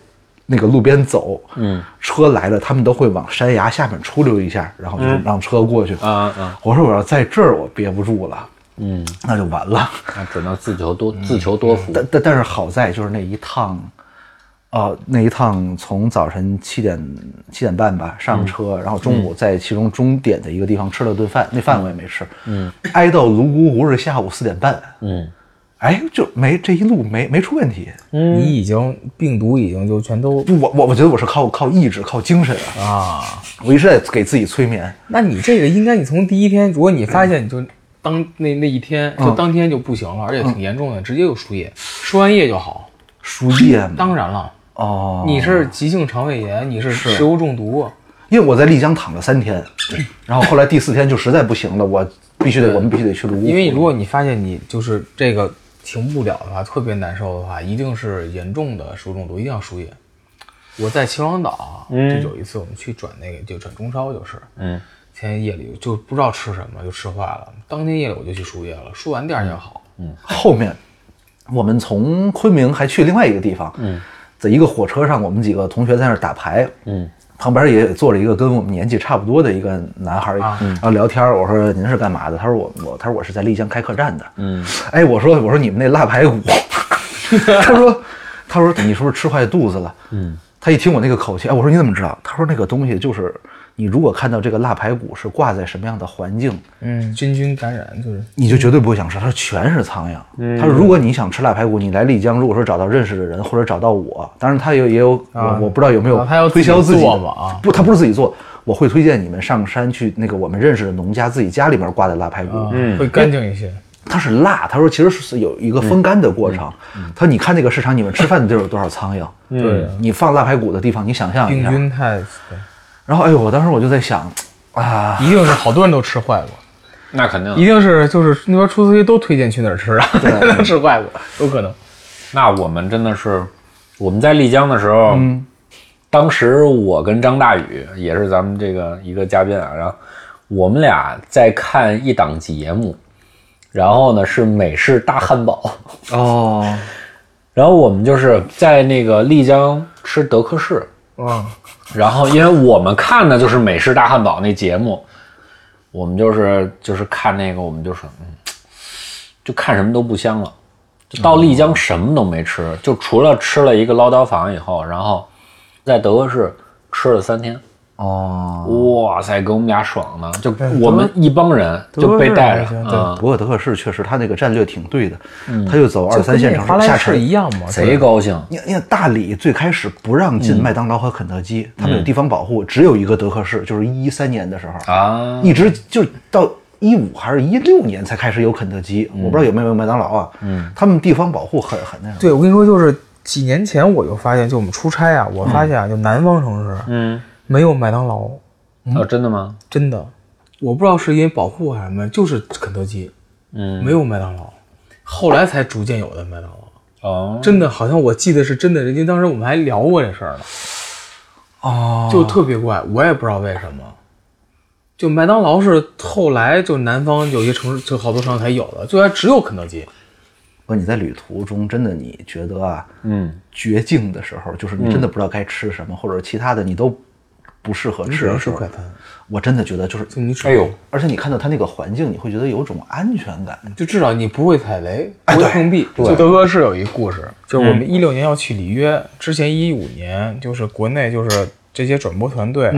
那个路边走，嗯，车来了，他们都会往山崖下面出溜一下，然后就让车过去。
啊啊，
我说我要在这儿我憋不住了，
嗯，
那就完了。
那只能自求多自求多福。
但但但是好在就是那一趟，啊，那一趟从早晨七点七点半吧
嗯
上车，然后中午在其中终点的一个地方吃了顿饭，那饭我也没吃。嗯，挨到泸沽湖是下午四点半。
嗯，
哎，就没这一路没没出问题。
你已经病毒已经就全都
不我我我觉得我是靠靠意志靠精神啊，
啊，
我一直在给自己催眠。
那你这个应该你从第一天，如果你发现你就当那那一天
嗯
就当天就不行了，而且挺严重的，直接就输液，输完液就好。
输液嘛
当然了，
哦，
你是急性肠胃炎，你是食物中毒，啊
因为我在丽江躺了三天，然后后来第四天就实在不行了，我必须得我们必须得去泸沽湖。
因为如果你发现你就是这个停不了的话，特别难受的话，一定是严重的食物中毒，一定要输液。我在秦皇岛啊，
嗯
就有一次我们去转那个就转中烧，就是
嗯，
天夜里就不知道吃什么，就吃坏了。当天夜里我就去输液了，输完第二天好。
嗯后面，我们从昆明还去另外一个地方，嗯，在一个火车上，我们几个同学在那儿打牌，嗯，旁边也坐着一个跟我们年纪差不多的一个男孩儿，
啊
然后聊天儿。我说您是干嘛的？他说我我他说我是在丽江开客栈的，嗯，哎，我说我说你们那腊排 <laughs> 骨，他说他说你是不是吃坏肚子了？嗯，他一听我那个口气，哎，我说你怎么知道？他说那个东西就是。你如果看到这个腊排骨是挂在什么样的环境，
嗯，真菌感染就是
你就绝对不会想吃，它全是苍蝇。
嗯
他说，如果你想吃腊排骨，你来丽江，如果说找到认识的人或者找到我，当然他有也有，我我不知道有没有
啊他要自
推
己
销自己
做
的
嘛啊
不，他不是自己做，我会推荐你们上山去那个我们认识的农家自己家里边挂的腊排骨，
嗯会干净一些。
它是辣。他说其实是有一个风干的过程。
嗯
他说你看那个市场，你们吃饭的地儿有多少苍蝇？
对，
你放腊排骨的地方，你想象一
病
下。
菌太，对
然后哎呦，我当时我就在想，啊，
一定是好多人都吃坏过，
那肯
嗯
定
一定是就是那边出租车都推荐去哪儿吃啊，都 <laughs> 吃坏过，有可能。
那我们真的是，我们在丽江的时候，当时我跟张大宇也是咱们这个一个嘉宾啊，然后我们俩在看一档节目，然后呢是美式大汉堡，
哦，
然后我们就是在那个丽江吃德克士，
嗯，
然后因为我们看的就是美式大汉堡那节目，我们就是就是看那个，我们就是嗯，就看什么都不香了，就到丽江什么都没吃，就除了吃了一个唠叨坊以后，然后在德克士吃了三天，
哦，
哇塞，给我们俩爽的，就我们一帮人就被带着，嗯，
不过呃德克士确实，他那个战略挺对的，他就走二三线城
华
市
莱
下
士
沉
一。样嘛，
贼高兴，
你看，你看大理最开始不让进麦当劳和肯德基，他们有地方保护，只有一个德克士，就是一三年的时候，
啊，
一直就到一五还是一六年才开始有肯德基，我不知道有没有麦当劳啊。他们地方保护很很那什么。
对，我跟你说，就是几年前我就发现，就我们出差啊，我发现啊，就南方城市，
嗯，
没有麦当劳，
哦，真的吗？
真的，我不知道是因为保护还是什么，就是肯德基，
嗯，
没有麦当劳，后来才逐渐有的麦当劳。
哦，
真的，好像我记得是真的，人家当时我们还聊过这事儿呢，
哦，
就特别怪，我也不知道为什么。就麦当劳是后来就南方有些城市就好多城市才有的，就还只有肯德基。
不，你在旅途中真的你觉得啊，
嗯，
绝境的时候，就是你真的不知道该吃什么，或者其他的你都不适合吃的时候，
啊餐，
我真的觉得就是
就你只
哎呦，
而且你看到它那个环境，你会觉得有种安全感。
就至少你不会踩雷，
哎
不会碰壁。就德哥是有一故事，就是我们一六年要去里约之前，一五年就是国内就是这些转播团队，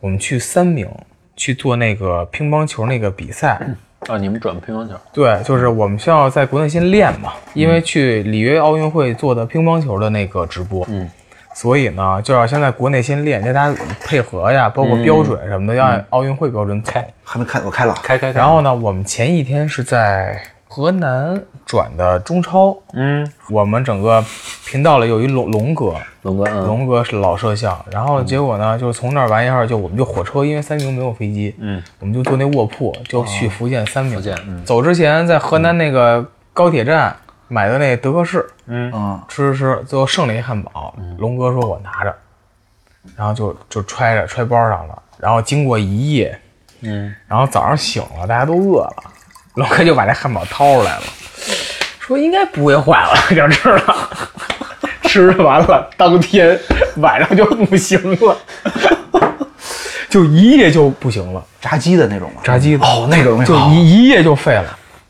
我们去三明去做那个乒乓球那个比赛，
啊，你们转乒乓球，
对，就是我们需要在国内先练嘛，因为去里约奥运会做的乒乓球的那个直播，嗯，所以呢就要先在国内先练，再大家配合呀，包括标准什么的，要按奥运会标准开。
还没开，我开了。啊
开开开，
然后呢，我们前一天是在河南转的中超，
嗯，
我们整个频道里有一龙龙哥，
龙哥，嗯。
龙哥是老摄像，然后结果呢，就是从那儿完一会儿就我们就火车，因为三明没有飞机，
嗯，哦
我们就坐那卧铺就去福建三明。
福建嗯
走之前在河南那个高铁站买的那德克士，
嗯，
吃吃吃，最后剩了一汉堡，龙哥说我拿着，然后就就揣着揣包上了，然后经过一夜，
嗯，
然后早上醒了，大家都饿了，龙哥就把这汉堡掏出来了，说应该不会坏了，就吃了。吃完了，当天晚上就不行了，就一夜就不行了，
炸鸡的那种吗？
炸鸡的
哦，那个东西
就
好
一一夜就废了。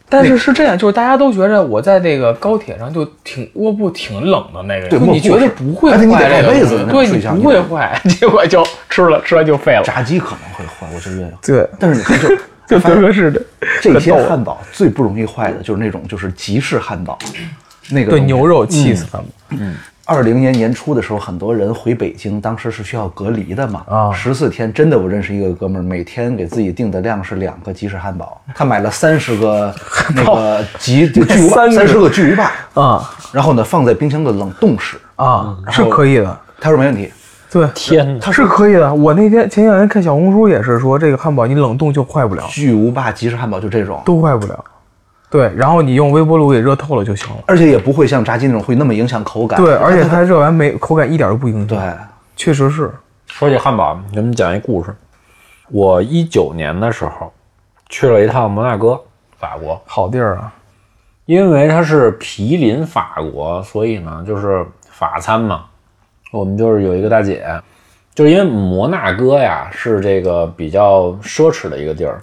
但是是这样，就是大家都觉着我在这个高铁上就挺卧铺挺冷的那个
对
人，
卧
你
铺
觉得
是
不会
而
坏
且
这
你
个
得盖被子
东西
那
对，
睡
你
觉
不
你
会
得
坏， <laughs> 结果就吃了，吃完就废了。
炸鸡可能会坏，我觉得。
对，
但是你看，就
<laughs> 就德克 <laughs> 士的
这些汉堡最不容易坏的就是那种就是集市汉堡，那个
嗯对牛肉 cheese 汉堡，
二零年年初的时候，很多人回北京，当时是需要隔离的嘛，
啊
十四天，真的我认识一个哥们儿，每天给自己定的量是两个吉士汉
<laughs>
堡，他买了三十个那个吉就巨无霸，三
30
十个巨无霸，
啊
然后呢放在冰箱的冷冻室，
啊，是可以的。
他说没问题，
对，
天哪！
它是可以的。我那天前两天看小红书也是说，这个汉堡你冷冻就坏不了，
巨无霸吉士汉堡就这种，
都坏不了。对，然后你用微波炉给热透了就行了。
而且也不会像炸鸡那种会那么影响口感，
对，而且它热完没口感一点都不影响。
对，，
确实是。
说起汉堡，给你们讲一故事。我一九年的时候去了一趟摩纳哥，法国，
好地儿啊，
因为它是毗邻法国，所以呢就是法餐嘛。我们就是有一个大姐，就是因为摩纳哥呀是这个比较奢侈的一个地儿，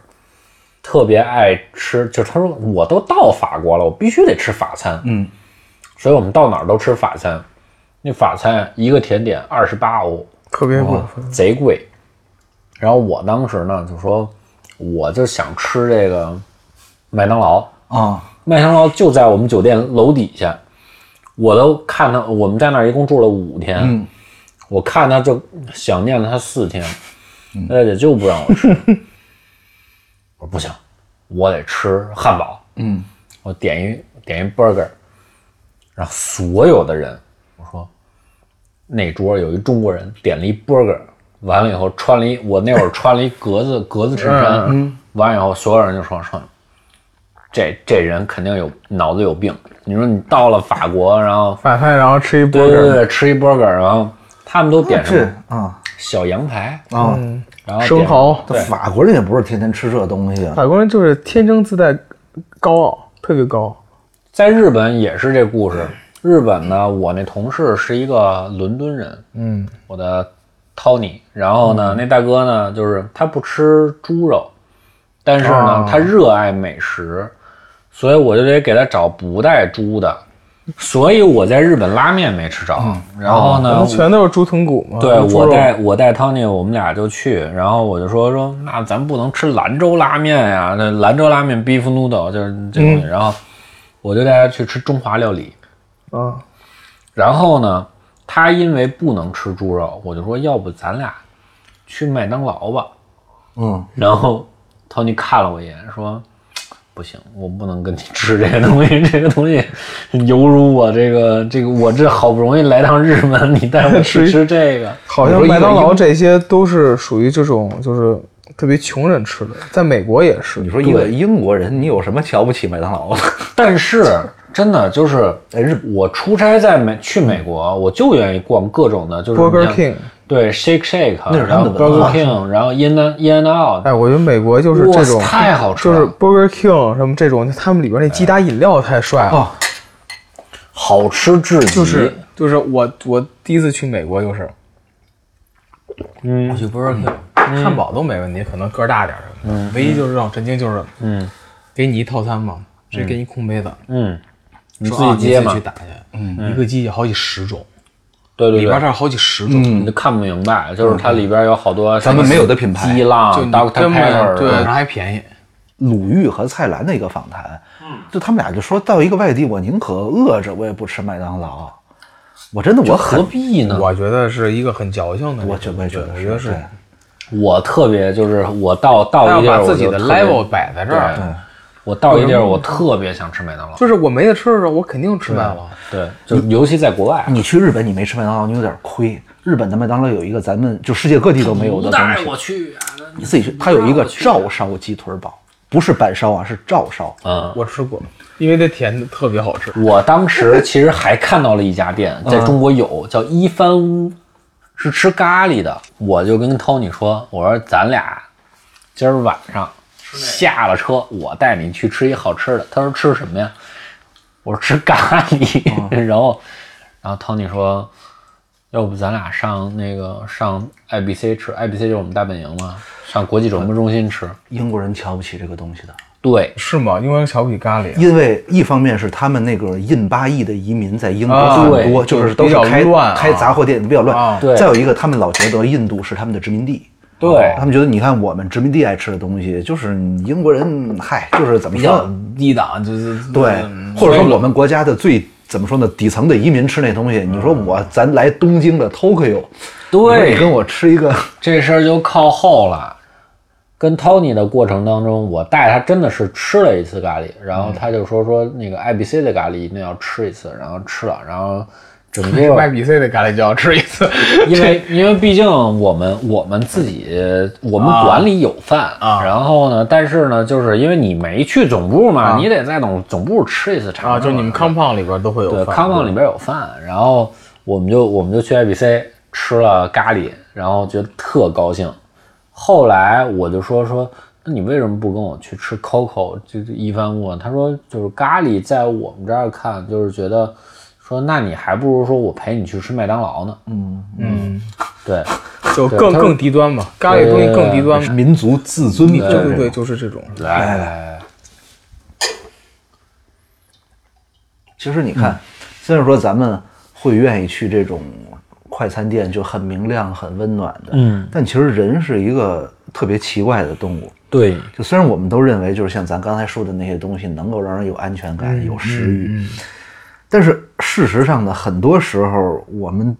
特别爱吃。就她说我都到法国了，我必须得吃法餐。
嗯，
所以我们到哪儿都吃法餐。那法餐一个甜点二十八欧，
特别过
贼贵。然后我当时呢就说，我就想吃这个麦当劳，
啊、
麦当劳就在我们酒店楼底下，我都看他，我们在那儿一共住了五天，
嗯
我看他就想念了他四天，
嗯
那大姐就不让我吃， <laughs> 我说不行，我得吃汉堡，
嗯，
我点一点一 burger，然后所有的人，我说那桌有一中国人点了一 burger，完了以后穿了一我那会儿穿了一格子格子衬衫，
嗯
完了以后所有人就说说这这人肯定有脑子有病。你说你到了法国，然后
法餐，然后吃一
对对
burger，
对吃一 burger，然后他们都点什
这
么
啊
小羊排，
啊，
然后
生
点
蚝。
这法国人也不是天天吃这东西啊，
法国人就是天生自带高傲，特别高傲。
在日本也是这故事。日本呢，我那同事是一个伦敦人，
嗯，
我的 Tony，然后呢，那大哥呢，就是他不吃猪肉，但是呢，
啊
他热爱美食，所以我就得给他找不带猪的。所以我在日本拉面没吃着，然后呢，
那嗯哦全都是猪臀骨嘛。
啊对
啊猪
我
肉
带我带 Tony，我们俩就去，然后我就说说，那咱不能吃兰州拉面呀，那兰州拉面 beef noodle 就是这东
嗯
西，然后我就带他去吃中华料理，
啊，
然后呢，他因为不能吃猪肉，我就说要不咱俩去麦当劳吧，
嗯，
然后 Tony 看了我一眼，说：“不行，我不能跟你吃这个东西， <laughs> 这个东西犹如我这个这个我这好不容易来趟日本，你带我
<laughs>
去
吃
吃这个。”
好像麦当劳这些都是属于这种就是特别穷人吃的，在美国也是。
你说一个英国人，你有什么瞧不起麦当劳的？ <laughs>
但是真的就是，
在
哎
日本
我出差在美去美国，我就愿意逛各种的，就是
Burger
你像
King
对 Shake Shake，
那是
然
他
后
们的文
Burger
化
King，然后 In and In and Out，
哎，我觉得美国就是这种
哇太好吃
就
了哎
是 Burger King 什么这种，他们里边那鸡打饮料太帅了。
哦
好吃至极。
就是就是我我第一次去美国就是，
嗯
去 Burger King，、汉堡都没问题，可能个儿大点儿什么的。唯一就是让我震惊就是，
嗯
给你一套餐嘛，直接给你空杯子，
嗯，你
说
自
啊
己接
你
嘛
自己去，打去。嗯，一个鸡有好几十种，
对对嗯
里边
对
这。儿好几十种。
你就看不明白，就是它里边有好多
咱们没有的品牌
鸡浪
就你
Doctor
根本
Pepper，
对，然后还便宜，
鲁豫和蔡澜的一个访谈，就他们俩就说到一个外地，我宁可饿着，我也不吃麦当劳。我真的我
何
很，
必呢？
我觉得是一个很矫情的那种。
我觉我也觉
对
得
我觉得是
对，
我特别就是我到
他
到
要
一地儿
把
我
自己
就
的
特别
level 摆在这儿。
对嗯我到一地儿我特别想吃麦当劳，
就是我没得吃的时候，我肯定吃麦当劳。
对，就尤其在国外，
你去日本你没吃麦当劳，你有点亏。日本的麦当劳有一个咱们就世界各地都没有的东西，
去啊，
你自己去，它有一个照烧鸡腿堡，不是板烧啊，是照烧。
嗯。
我吃过，因为这甜的特别好吃。
我当时其实还看到了一家店，
嗯
在中国有叫一番屋，是吃咖喱的。我就跟 Tony 说，我说咱俩今儿晚上下了车，我带你去吃一好吃的。他说吃什么呀？我说吃咖喱。
嗯
<laughs> 然后，然后 Tony 说，要不咱俩上那个上 IBC 吃，IBC 就是我们大本营嘛，上国际转播中心吃。
英国人瞧不起这个东西的，
对，
是吗？因为瞧不起咖喱啊，
因为一方面是他们那个印巴裔的移民在英国
啊
很多，
对
就是都是
比较
开
乱啊
开杂货店比较
啊
乱。
对
再有一个，他们老觉得印度是他们的殖民地。哦
对
他们觉得，你看我们殖民地爱吃的东西，就是英国人，嗨，就是怎么
比
说
较，低档，就是
对，或者说我们国家的最怎么说呢，底层的移民吃那东西，你说我咱来东京的 Tokyo，你说你
对
跟我吃一个，
这事儿就靠后了。跟 Tony 的过程当中，我带他真的是吃了一次咖喱，然
嗯
后他就说说那个 IBC 的咖喱一定要吃一次，然后吃了，然后
<laughs>
整个
卖比赛的咖喱就要吃一次，
因为因为毕竟我们我们自己我们馆里有饭
啊
然后呢，但是呢，就是因为你没去总部嘛，
啊
你得在总总部吃一次尝尝
啊，就是你们康胖里边都会有
对
饭
康旺里边有饭，然后我们就我们就去 IBC 吃了咖喱，然后觉得特高兴。后来我就说说，那你为什么不跟我去吃 Coco 就是一番物啊？他说就是咖喱在我们这儿看就是觉得说，那你还不如说我陪你去吃麦当劳呢。
嗯，
对。
就
对
更
它是
更低端嘛，咖喱东西更低端嘛，
民族自尊
对
的
对
这
对
种
对，就是这种。
来来来，
其实你看，虽然说咱们会愿意去这种快餐店，就很明亮、很温暖的，
嗯，
但其实人是一个特别奇怪的动物。
对，
就虽然我们都认为，就是像咱刚才说的那些东西能够让人有安全感、有食欲，但是事实上呢，很多时候我们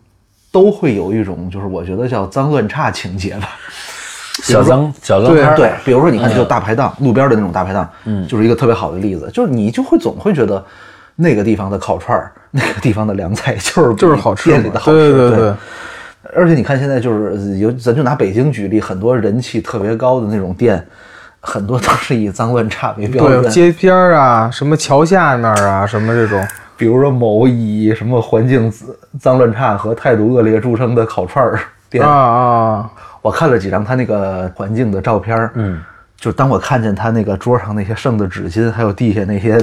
都会有一种，就是我觉得叫脏乱差情节吧。
小脏小脏摊儿，
对，比如说你
哎
看，就大排档，路边的那种大排档，嗯，就是一个特别好的例子，就是你就会总会觉得那个地方的烤串儿，那个地方的凉菜就是
就是好吃嘛，
店里的好
对
吃，
对
对
对，
而且你看现在就是有，咱就拿北京举例，很多人气特别高的那种店，很多都是以脏乱差为标
对
准，
街边儿啊，什么桥下面啊，什么这种，
比如说某以什么环境脏乱差和态度恶劣著称的烤串儿店，
啊啊，
我看了几张他那个环境的照片，嗯，就当我看见他那个桌上那些剩的纸巾，还有地下那些，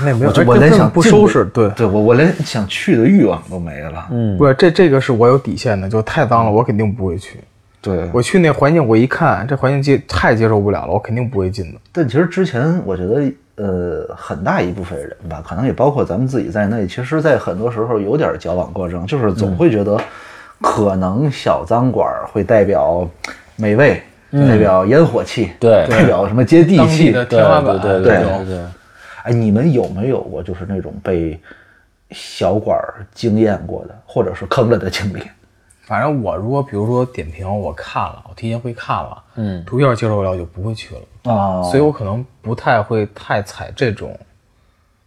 那没有，
我就
而且
我连
根本
想
不
进
收
去
拾，对，
对我我连想去的欲望都没了。嗯，
不是这这个是我有底线的，就太脏了，我肯定不会去。
对。
我去那环境，我一看这环境接太接受不了了，我肯定不会进的。
但其实之前我觉得，呃，很大一部分人吧，可能也包括咱们自己在内，其实，在很多时候有点矫枉过正，就是总会觉得，可能小脏馆儿会代表美味，代表烟火气，
对
代表什么接地
嗯当地
气，
的天
对
花
对
板，
对
对
对对，
哎，你们有没有过就是那种被小馆儿惊艳过的，或者是坑了的经
<laughs>
历？
反正我如果比如说点评我看了，我提前会看了，
嗯，哦
图片接受不了我就不会去了，
啊
所以我可能不太会太踩这种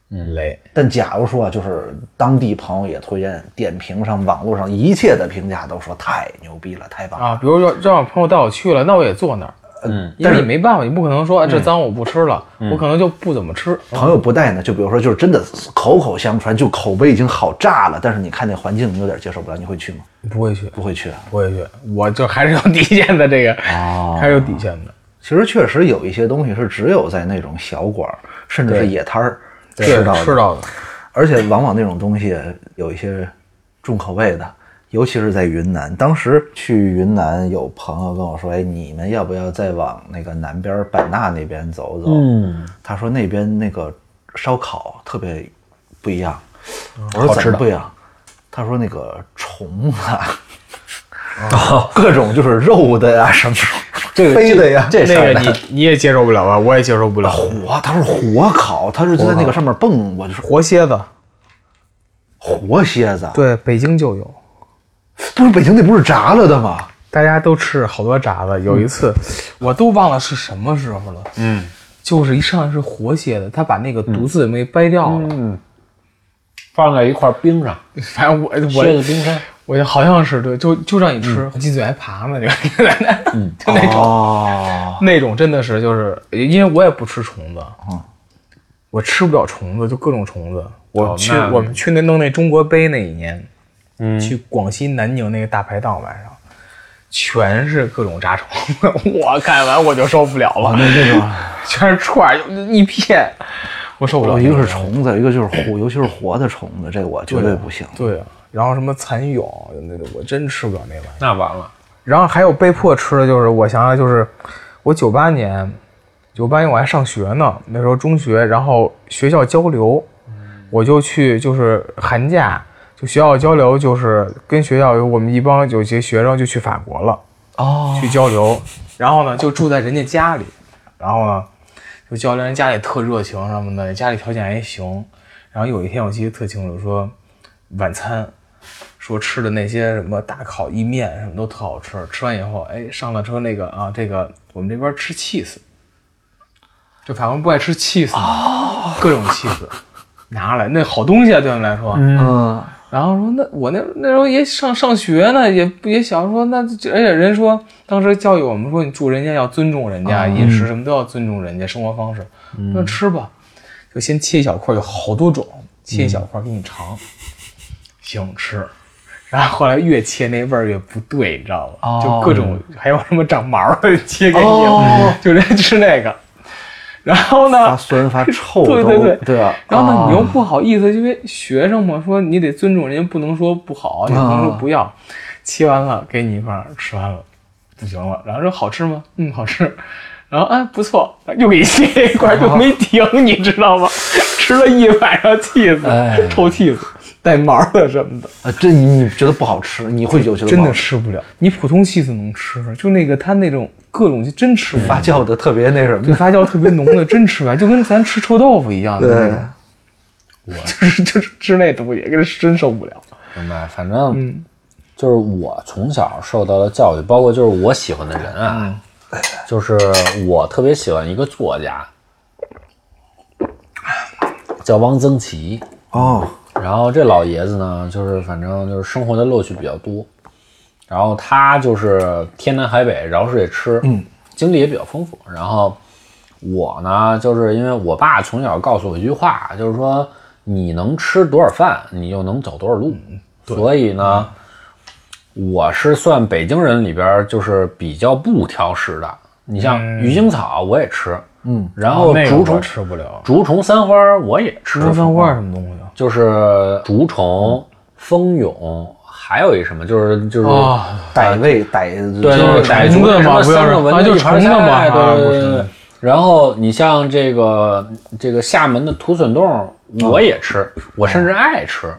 雷。
嗯
但假如说啊，就是当地朋友也推荐，点评上、网络上一切的评价都说太牛逼了，太棒了。
啊，比如说让我朋友带我去了，那我也坐那儿。
嗯，
因为你没办法，你不可能说哎这脏我不吃了，我可能就不怎么吃。
朋友不带呢，就比如说，就是真的口口相传，就口碑已经好炸了，但是你看那环境，你有点接受不了，你会去吗？
不会去，
不会去啊。
不会去，我就还是有底线的，这个
哦
还是有底线的。
其实确实有一些东西是只有在那种小馆儿，甚至是野摊儿
对
吃到的，
吃到的，
而且往往那种东西有一些重口味的，尤其是在云南。当时去云南，有朋友跟我说：“哎，你们要不要再往那个南边版纳那边走走？”
嗯，
他说那边那个烧烤特别不一样。我哦说怎么不一样？他说那个虫啊， <laughs> 各种就是肉的呀，什么
这个
飞的呀，
这事
那
儿
个
呢
你你也接受不了吧？我也接受
<laughs>
不了。
火，他说火烤，他说就在那个上面蹦，我就说
活蝎子，
活蝎子，啊
对，北京就有，
不是北京那不是炸了的吗？
大家都吃好多炸的。有一次，我都忘了是什么时候了，嗯，就是一上来是活蝎子，他把那个毒字没掰掉了，
嗯放在一块冰上，
嗯反正我我
削的冰山，
我嗯就好像是对，就就让你吃，鸡嘴还爬呢，就就那种、
哦，
那种真的是就是，因为我也不吃虫子，我吃不了虫子，就各种虫子。我去、
那
我们去那弄那中国杯那一年，去广西南宁那个大排档晚上，全是各种炸虫子， <laughs> 我看完我就受不了了，那种 <laughs> 全是串儿一片，我受不了。
哦一个是虫子，一个就是活，尤其是活的虫子，这我绝对不行。
对啊，然后什么蚕蛹那种，我真吃不了那玩意儿。
那完了，
然后还有被迫吃的就是，我想想就是，我九八年九八年我还上学呢，那时候中学，然后学校交流，我就去就是寒假就学校交流，就是跟学校有我们一帮有些学生就去法国了。
哦，
去交流，然后呢就住在人家家里，然后呢就交流，人家里特热情什么的，家里条件还行。然后有一天我记得特清楚，说晚餐说吃的那些什么大烤意面什么都特好吃，吃完以后，哎，上了车那个啊，这个我们这边吃 cheese，这法国人不爱吃 cheese，、各种 cheese 拿来，那好东西啊，对他们来说，嗯。
嗯，
然后说那我那那时候也上上学呢，也不也想说那这而且人说当时教育我们说你住人家要尊重人家，饮食什么都要尊重人家生活方式。那吃吧，就先切一小块，有好多种，切一小块给你尝，行吃。然后后来越切那味儿越不对，你知道吗？就各种还有什么长毛的切给你，就人家吃那个。然后呢？
发酸发 <laughs> 臭
对
都
对对
啊，
然后呢，你又
啊
不好意思，因为学生嘛，说你得尊重人家，不能说不好，也不能说不要。切完了，给你一半儿，吃完了，不行了。然后说好吃吗？嗯，好吃。然后哎，不错，又给你 <laughs> 切一块儿，就没停，你知 <laughs> 道吗？吃了一晚上气死，
哎
臭气死，带毛的什么的，
啊，这你你觉得不好吃，你会有觉得
真
不
的
好吃
吃不了。你普通气死能吃，就那个他那种各种真吃不了
发，
<laughs>
酵的特别那什
对
么，
发酵特别浓的真吃不了，就跟咱吃臭豆腐一样的那种。 <laughs> 就是就是吃那东西，跟真受不了。
明白，反正就是我从小受到的教育，包括就是我喜欢的人啊， <clears throat> 就是我特别喜欢一个作家，叫汪曾祺。
哦，
然后这老爷子呢，就是反正就是生活的乐趣比较多，然后他就是天南海北，饶是也吃，嗯，经历也比较丰富。然后我呢，就是因为我爸从小告诉我一句话，就是说你能吃多少饭，你就能走多少路。
嗯
所以呢，我是算北京人里边儿就是比较不挑食的。你像鱼腥草我也吃，嗯，然后
嗯哦那个
竹
我
虫
吃不了，
竹虫三花儿我也吃，
吃饭花是什么东西啊？
就是竹虫、蜂蛹，还有一什么，就是就是
啊
傣味傣
对，
就是
就是逮住
虫
什么
子嘛不要
三
是
个蚊
啊
子
就
一盘
虫子嘛
菜
啊
对对
不
对
是
对。然后你像这个这个厦门的土笋冻，我也
啊
吃，我甚至爱吃。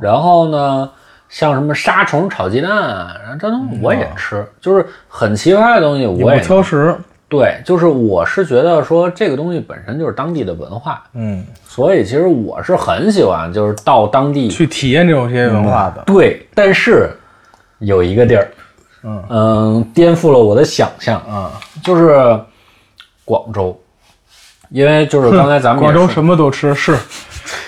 然后呢，像什么沙虫炒鸡蛋，然后这东西我也吃，就是很奇怪的东西
嗯你
我
不
也
挑食，
对，就是我是觉得说这个东西本身就是当地的文化，
嗯，
所以其实我是很喜欢就是到当地
去体验这种这些
嗯
文化的。
对，但是有一个地儿，呃
嗯
颠覆了我的想象，
嗯，
就是广州，因为就是刚才咱们也
广州
说
什么都
<laughs>
吃，是，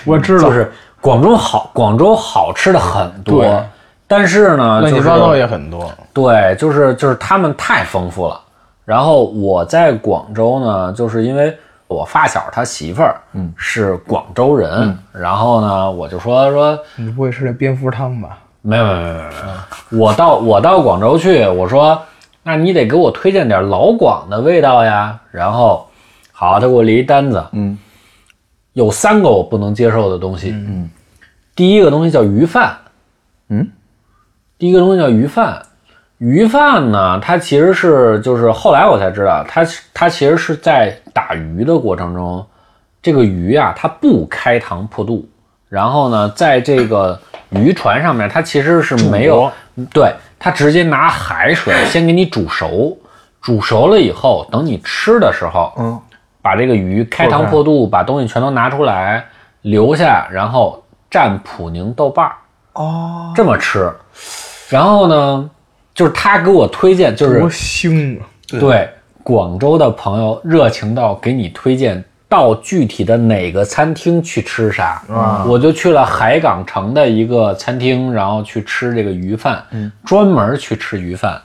我知道，
就是广州好，广州好吃的很多
对，
但是呢，
乱
就
七
是
八糟也很多。
对，就是就是他们太丰富了。然后我在广州呢，就是因为我发小他媳妇儿，嗯，是广州人，
嗯
然后呢，我就说说，
你不会吃这蝙蝠汤吧？
没有没有没有没有没有，我到我到广州去，我说那你得给我推荐点老广的味道呀。然后，好，他给我列一单子，
嗯，
有三个我不能接受的东西，嗯，第一个东西叫鱼饭，
嗯，
第一个东西叫鱼饭，鱼饭呢，它其实是就是后来我才知道，它它其实是在打鱼的过程中，这个鱼啊，它不开膛破肚，然后呢，在这个渔船上面，它其实是没有，对，它直接拿海水先给你煮熟，煮熟了以后，等你吃的时候，
嗯，
把这个鱼开膛破肚，把东西全都拿出来留下，然后蘸普宁豆瓣儿
哦，
这么吃。然后呢，就是他给我推荐，就是
多腥啊！
对广州的朋友热情到给你推荐到具体的哪个餐厅去吃啥。
啊
我就去了海港城的一个餐厅，然后去吃这个鱼饭，
嗯
专门去吃鱼饭。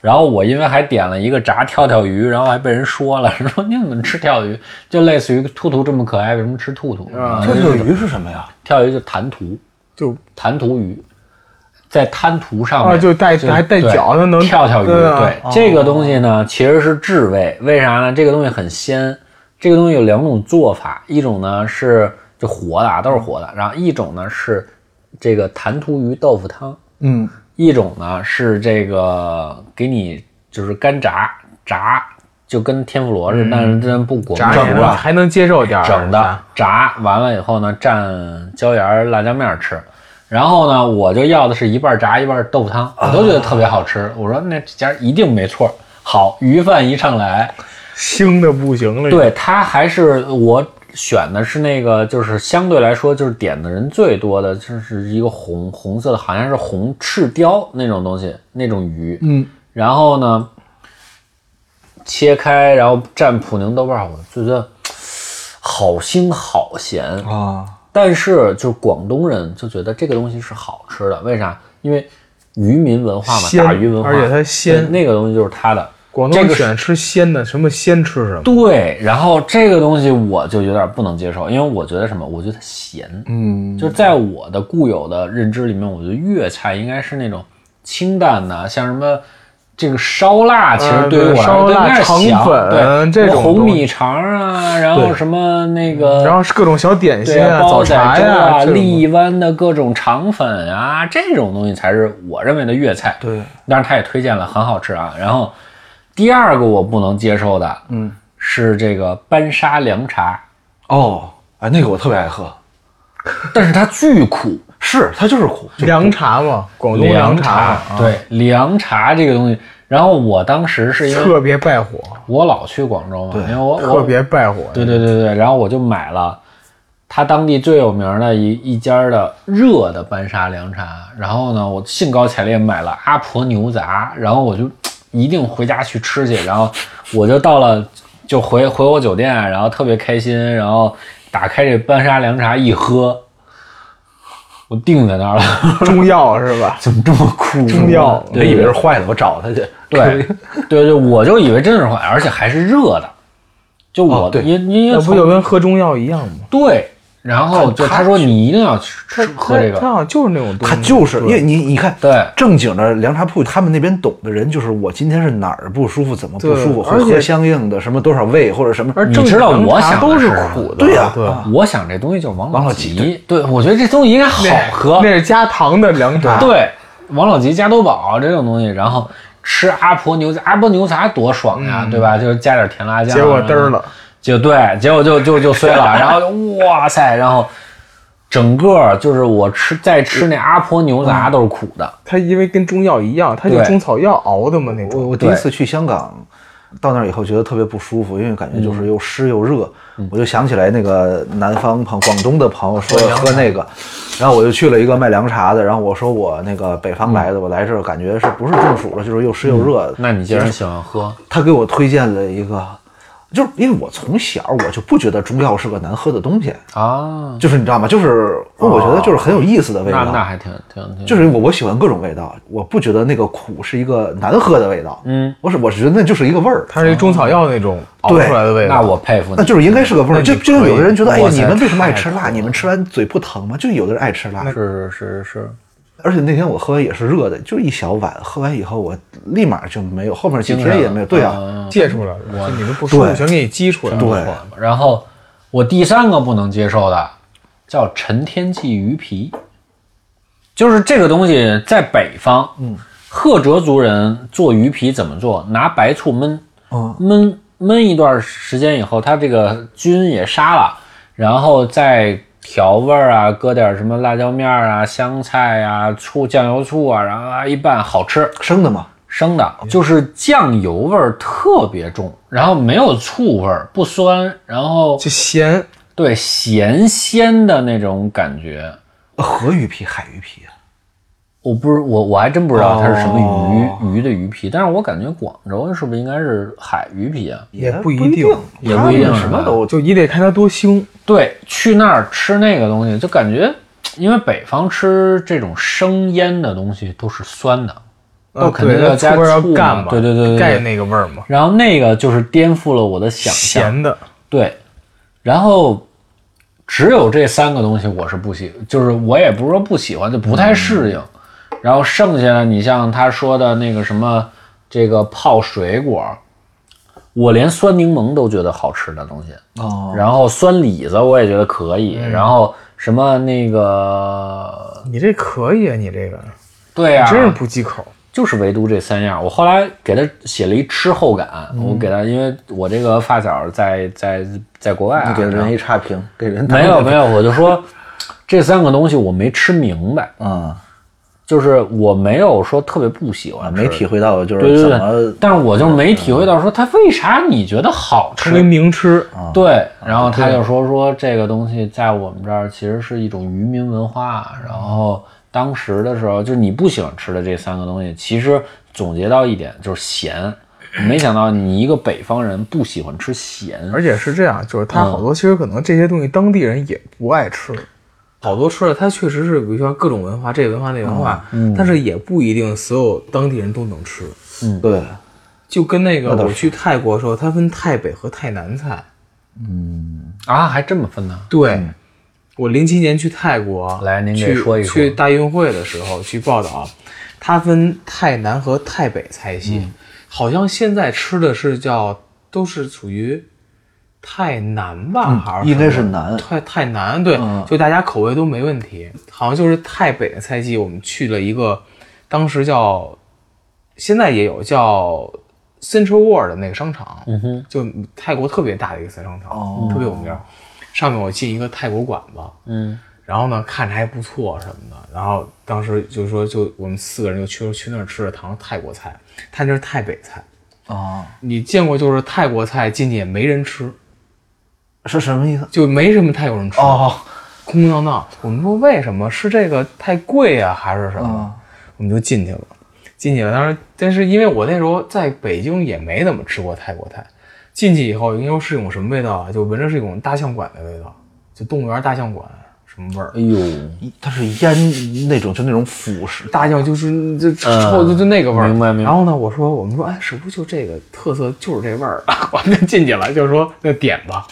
然后我因为还点了一个炸跳跳鱼，然后还被人说了， <laughs> 说你怎么吃跳跳鱼？就类似于兔兔这么可爱，为什么吃兔兔？啊
这个鱼是什么呀？
跳鱼就弹涂，
就
弹涂鱼，在滩涂上面
啊就带还带
对
脚的能
跳跳鱼。
对啊
对，这个东西呢其实是至味，为啥呢？这个东西很鲜，这个东西有两种做法，一种呢是就活的，啊，都是活的，然后一种呢是这个弹涂鱼豆腐汤，
嗯，
一种呢是这个给你就是干炸炸。就跟天妇罗似的，但是真不裹
嗯炸
整
也能
的
还能接受点儿
啊
啊
整的，炸完了以后呢，蘸椒盐儿辣椒面儿吃。然后呢，我就要的是一半炸一半豆腐汤，我都觉得特别好吃。我说那这家一定没错儿，好鱼饭一上来，
腥的不行了。，
对，它还是我选的是那个，就是相对来说就是点的人最多的，就是一个红红色的，好像是红赤鲷那种东西，那种鱼。
嗯，
然后呢，切开，然后蘸普宁豆瓣儿，我觉得好腥好咸
啊，
但是就是广东人就觉得这个东西是好吃的，为啥？因为渔民文化嘛，
鲜
打渔文化，
而且它
对
鲜
那个东西就是它的。
广
这
东
个是
选吃鲜的，什么鲜吃什么。
对，然后这个东西我就有点不能接受，因为我觉得什么？我觉得它咸，
嗯，
就是在我的固有的认知里面，我觉得粤菜应该是那种清淡的，像什么这个烧腊，其实
啊
对于我来说
对烧腊
那是
肠
香对
粉这种
红
东西
米肠啊，然后
对嗯
什么那个，
然后是各种小点
啊对
心
啊，
啊、
煲
早
仔
茶
粥啊，
呀、这种
荔湾的各种肠粉啊，这种东西才是我认为的粤菜。
对，
当然他也推荐了，很好吃啊。然后第二个我不能接受的，嗯，是这个班沙凉茶，
<laughs>
哦，哎，那个我特别爱喝，
但是它巨苦，
是它就是苦，就
凉茶嘛，广东凉
茶
嘛，，啊
对，凉茶这个东西。然后我当时是因为
特别败火，
我老去广州嘛，因为我我
特别败火。
对对对对，然后我就买了他当地最有名的一一家的热的班沙凉茶，然后呢，我兴高采烈买了阿婆牛杂，然后我就一定回家去吃去，然后我就到了就回回我酒店，然后特别开心，然后打开这班沙凉茶一喝，我定在那儿了， <laughs>
中药是吧？
怎么这么苦？
中药
我哎以为是坏了，我找他去。
对对对，我就以为真是坏，而且还是热的。就我，
哦对
因因为
那
从
不就跟喝中药一样吗？
对，然后就他说你一定要吃吃喝这
它它
个，
好像就是那种东西，
他就是因为你你看，
对
正经的凉茶铺，他们那边懂的人就是我今天是哪儿不舒服，怎么不舒服，
对
会
而且
喝相应的什么多少味或者什么。
而
你
正
知道
常
我
茶
想的
都
是
苦的，
对呀啊
对，
我想这东西就是王
王
老
老吉
吉，对我觉得这东西应该好
那
喝，
那是加糖的凉茶，
对，王老吉、加多宝这种东西，然后吃阿婆牛杂，阿婆牛杂多爽呀，对吧？就是加点甜辣酱，啊
结果
然后
嘚儿了，
就对，结果就就就碎了，然后就哇塞，然后整个就是我吃再吃那阿婆牛杂都是苦的，
它因为跟中药一样，它就
对
中草药熬的嘛那
我
种。
我第一次去香港，到那儿以后觉得特别不舒服，因为感觉
嗯
就是又湿又热，我就想起来那个南方朋广东的朋友说喝那个，然后我就去了一个卖凉茶的，然后我说我那个北方来的，我来这儿感觉是不是中暑了，就是又湿又热的。
嗯那你既然喜欢喝，
他给我推荐了一个，就是因为我从小我就不觉得中药是个难喝的东西，
啊，
就是你知道吗？就是我觉得就是很有意思的味
哦那那
道，
还挺挺挺，
就是我我喜欢各种味道，我不觉得那个苦是一个难喝的味道，
嗯，
我是我是觉得那就是一个味儿，
它是中草药那种熬
对啊
出来的味道。
那我佩服你，
那就是应该是个味
那
儿。
你
就就像有的人觉得，
可
哎
以
呀，
哇塞
你们为什么爱
太
吃
苦
辣？
了
你们吃完嘴不疼吗？就有的人爱吃辣，
是是是是，
而且那天我喝完也是热的，就一小碗，喝完以后我立马就没有，后面几
精神
天也没有。对啊，
嗯
借出来了，就你都不舒服，
对
全给你激出来了。
对，
然后我第三个不能接受的叫陈天记鱼皮，就是这个东西在北方，嗯，赫哲族人做鱼皮怎么做？拿白醋焖，
嗯
焖焖一段时间以后，它这个菌也杀了，然后再调味儿啊，搁点什么辣椒面儿啊、香菜啊、醋、酱油醋啊，然后啊一拌，好吃。
生的嘛，
生的，
嗯
就是酱油味儿特别重，然后没有醋味儿，不酸，然后
就咸，
对咸鲜的那种感觉。
呃河鱼皮、海鱼皮啊，
我不是我我还真不知道它是什么鱼、
哦
鱼的鱼皮，但是我感觉广州是不是应该是海鱼皮啊？
也不
不
一啊定
定，
也
他
不一定
们
是
什
吧
么都
就你得看它多腥。
对，去那儿吃那个东西，就感觉因为北方吃这种生腌的东西都是酸的，
呃
肯定
对
要加
它味儿
醋
要干
嘛
嘛？
对对对对对
盖那个味儿嘛，
然后那个就是颠覆了我的想象。
咸的。
对，然后只有这三个东西我是不喜，就是我也不是说不喜欢，就不太
嗯
适应。然后剩下的你像他说的那个什么，这个泡水果，我连酸柠檬都觉得好吃的东西，
哦，嗯
然后酸李子我也觉得可以，然后什么那个，
你这可以啊，你这个
对啊，
真是不忌口。
就是唯独这三样。我后来给他写了一吃后感，
嗯
我给他，因为我这个发小在在在国外、啊，
你给
然后
人一差评，给人
<laughs> 没有没有，我就说这三个东西我没吃明白，
啊
就是我没有说特别不喜
啊，
欢吃，
没体会到就
对嗯
是
对
怎
对
么，
但是我就没体会到说它为啥你觉得好
成为
吃。
名吃，
嗯对，然后他就说说这个东西在我们这儿其实是一种渔民文化，然后当时的时候就是你不喜欢吃的这三个东西，其实总结到一点就是咸。没想到你一个北方人不喜欢吃咸，
而且是这样，就是他好多其实可能这些东西当地人也不爱吃，好多吃的他确实是比如说各种文化，这文化那文化，但是也不一定所有当地人都能吃。
对，
就跟那嗯个我去泰国的时候，它分泰北和泰南菜。
啊，还这么分呢？
对，我零七年去泰国，
来您给
去
说一说
去大运会的时候去报道，它分泰南和泰北菜系，好像现在吃的是叫都是属于泰南吧，还
嗯
是
应该
什
是嗯
么
南
泰泰南对，就大家口味都没问题，好像就是泰北的菜系，我们去了一个，当时叫，现在也有叫 Central World 的那个商场，嗯哼，就泰国特别大的一个商场，
哦
特别有名儿。上面我进一个泰国馆子，
嗯，
然后呢看着还不错什么的，然后当时就说就我们四个人就去去那儿吃了堂泰国菜，他那是泰北菜，
啊，
你见过就是泰国菜进去也没人吃，
是什么意思？
就没什么泰国人吃，
哦，
空空荡荡。我们说为什么是这个太贵啊，还是什么？我们就进去了，进去了。当时，但是因为我那时候在北京也没怎么吃过泰国菜，进去以后，你说是一种什么味道啊？就闻着是一种大象馆的味道，就动物园大象馆什么味儿
哎。呦，
它是烟那种，就那种腐蚀，
大象就是就臭就就那个味儿，
嗯明白明白
然后呢，我说我们说，哎，是不是就这个特色就是这味儿啊？ <laughs> 我们就进去了，就说那点吧，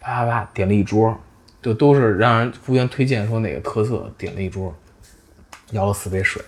啪啪啪点了一桌，就都是让人服务员推荐说哪个特色，点了一桌，摇了四杯水，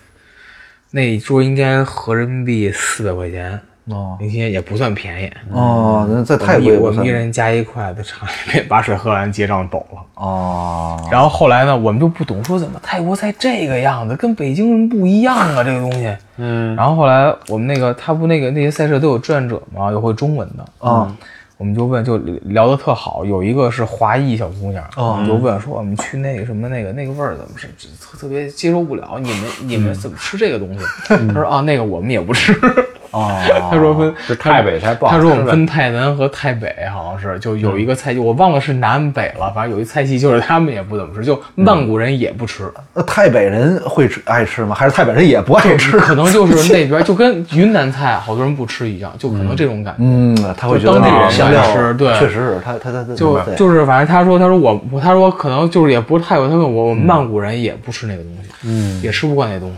那一桌应该合人民币四百块钱，
哦
零七年也不算便宜。
哦，那在泰国
嗯我们一
也
我
不
们
算
一人加一筷子尝一遍，把水喝完结账走了。
哦，
然后后来呢，我们就不懂，说怎么泰国菜这个样子，跟北京人不一样啊，这个东西。
嗯，
然后后来我们那个他不那个那些赛事都有志愿者嘛，有会中文的
啊
嗯我们就问就聊得特好，有一个是华裔小姑娘，我们就问说我们去那个什么那个那个味儿怎么是是特特别接受不了，你们你们怎么吃这个东西？她说啊那个我们也不吃， <laughs>
哦，
她说分
这泰北菜不好
他
吃呗。
说我们分泰南和泰北，好像是就有一个菜系，我忘了是南北了，反正有一菜系就是他们也不怎么吃，就曼谷人也不吃，
那泰北人会吃爱吃吗？还是泰北人也不爱吃？
可能 <laughs> 就是那边就跟云南菜好多人不吃一样，就可能这种感觉。
嗯，他会觉得
就当地
啊
人
香料
爱吃对
确实是他他他他
就
对
就是反正他说他说我我他说可能就是也不是泰国，他问我我们曼谷人也不吃那个东西，嗯，也吃不惯那东西，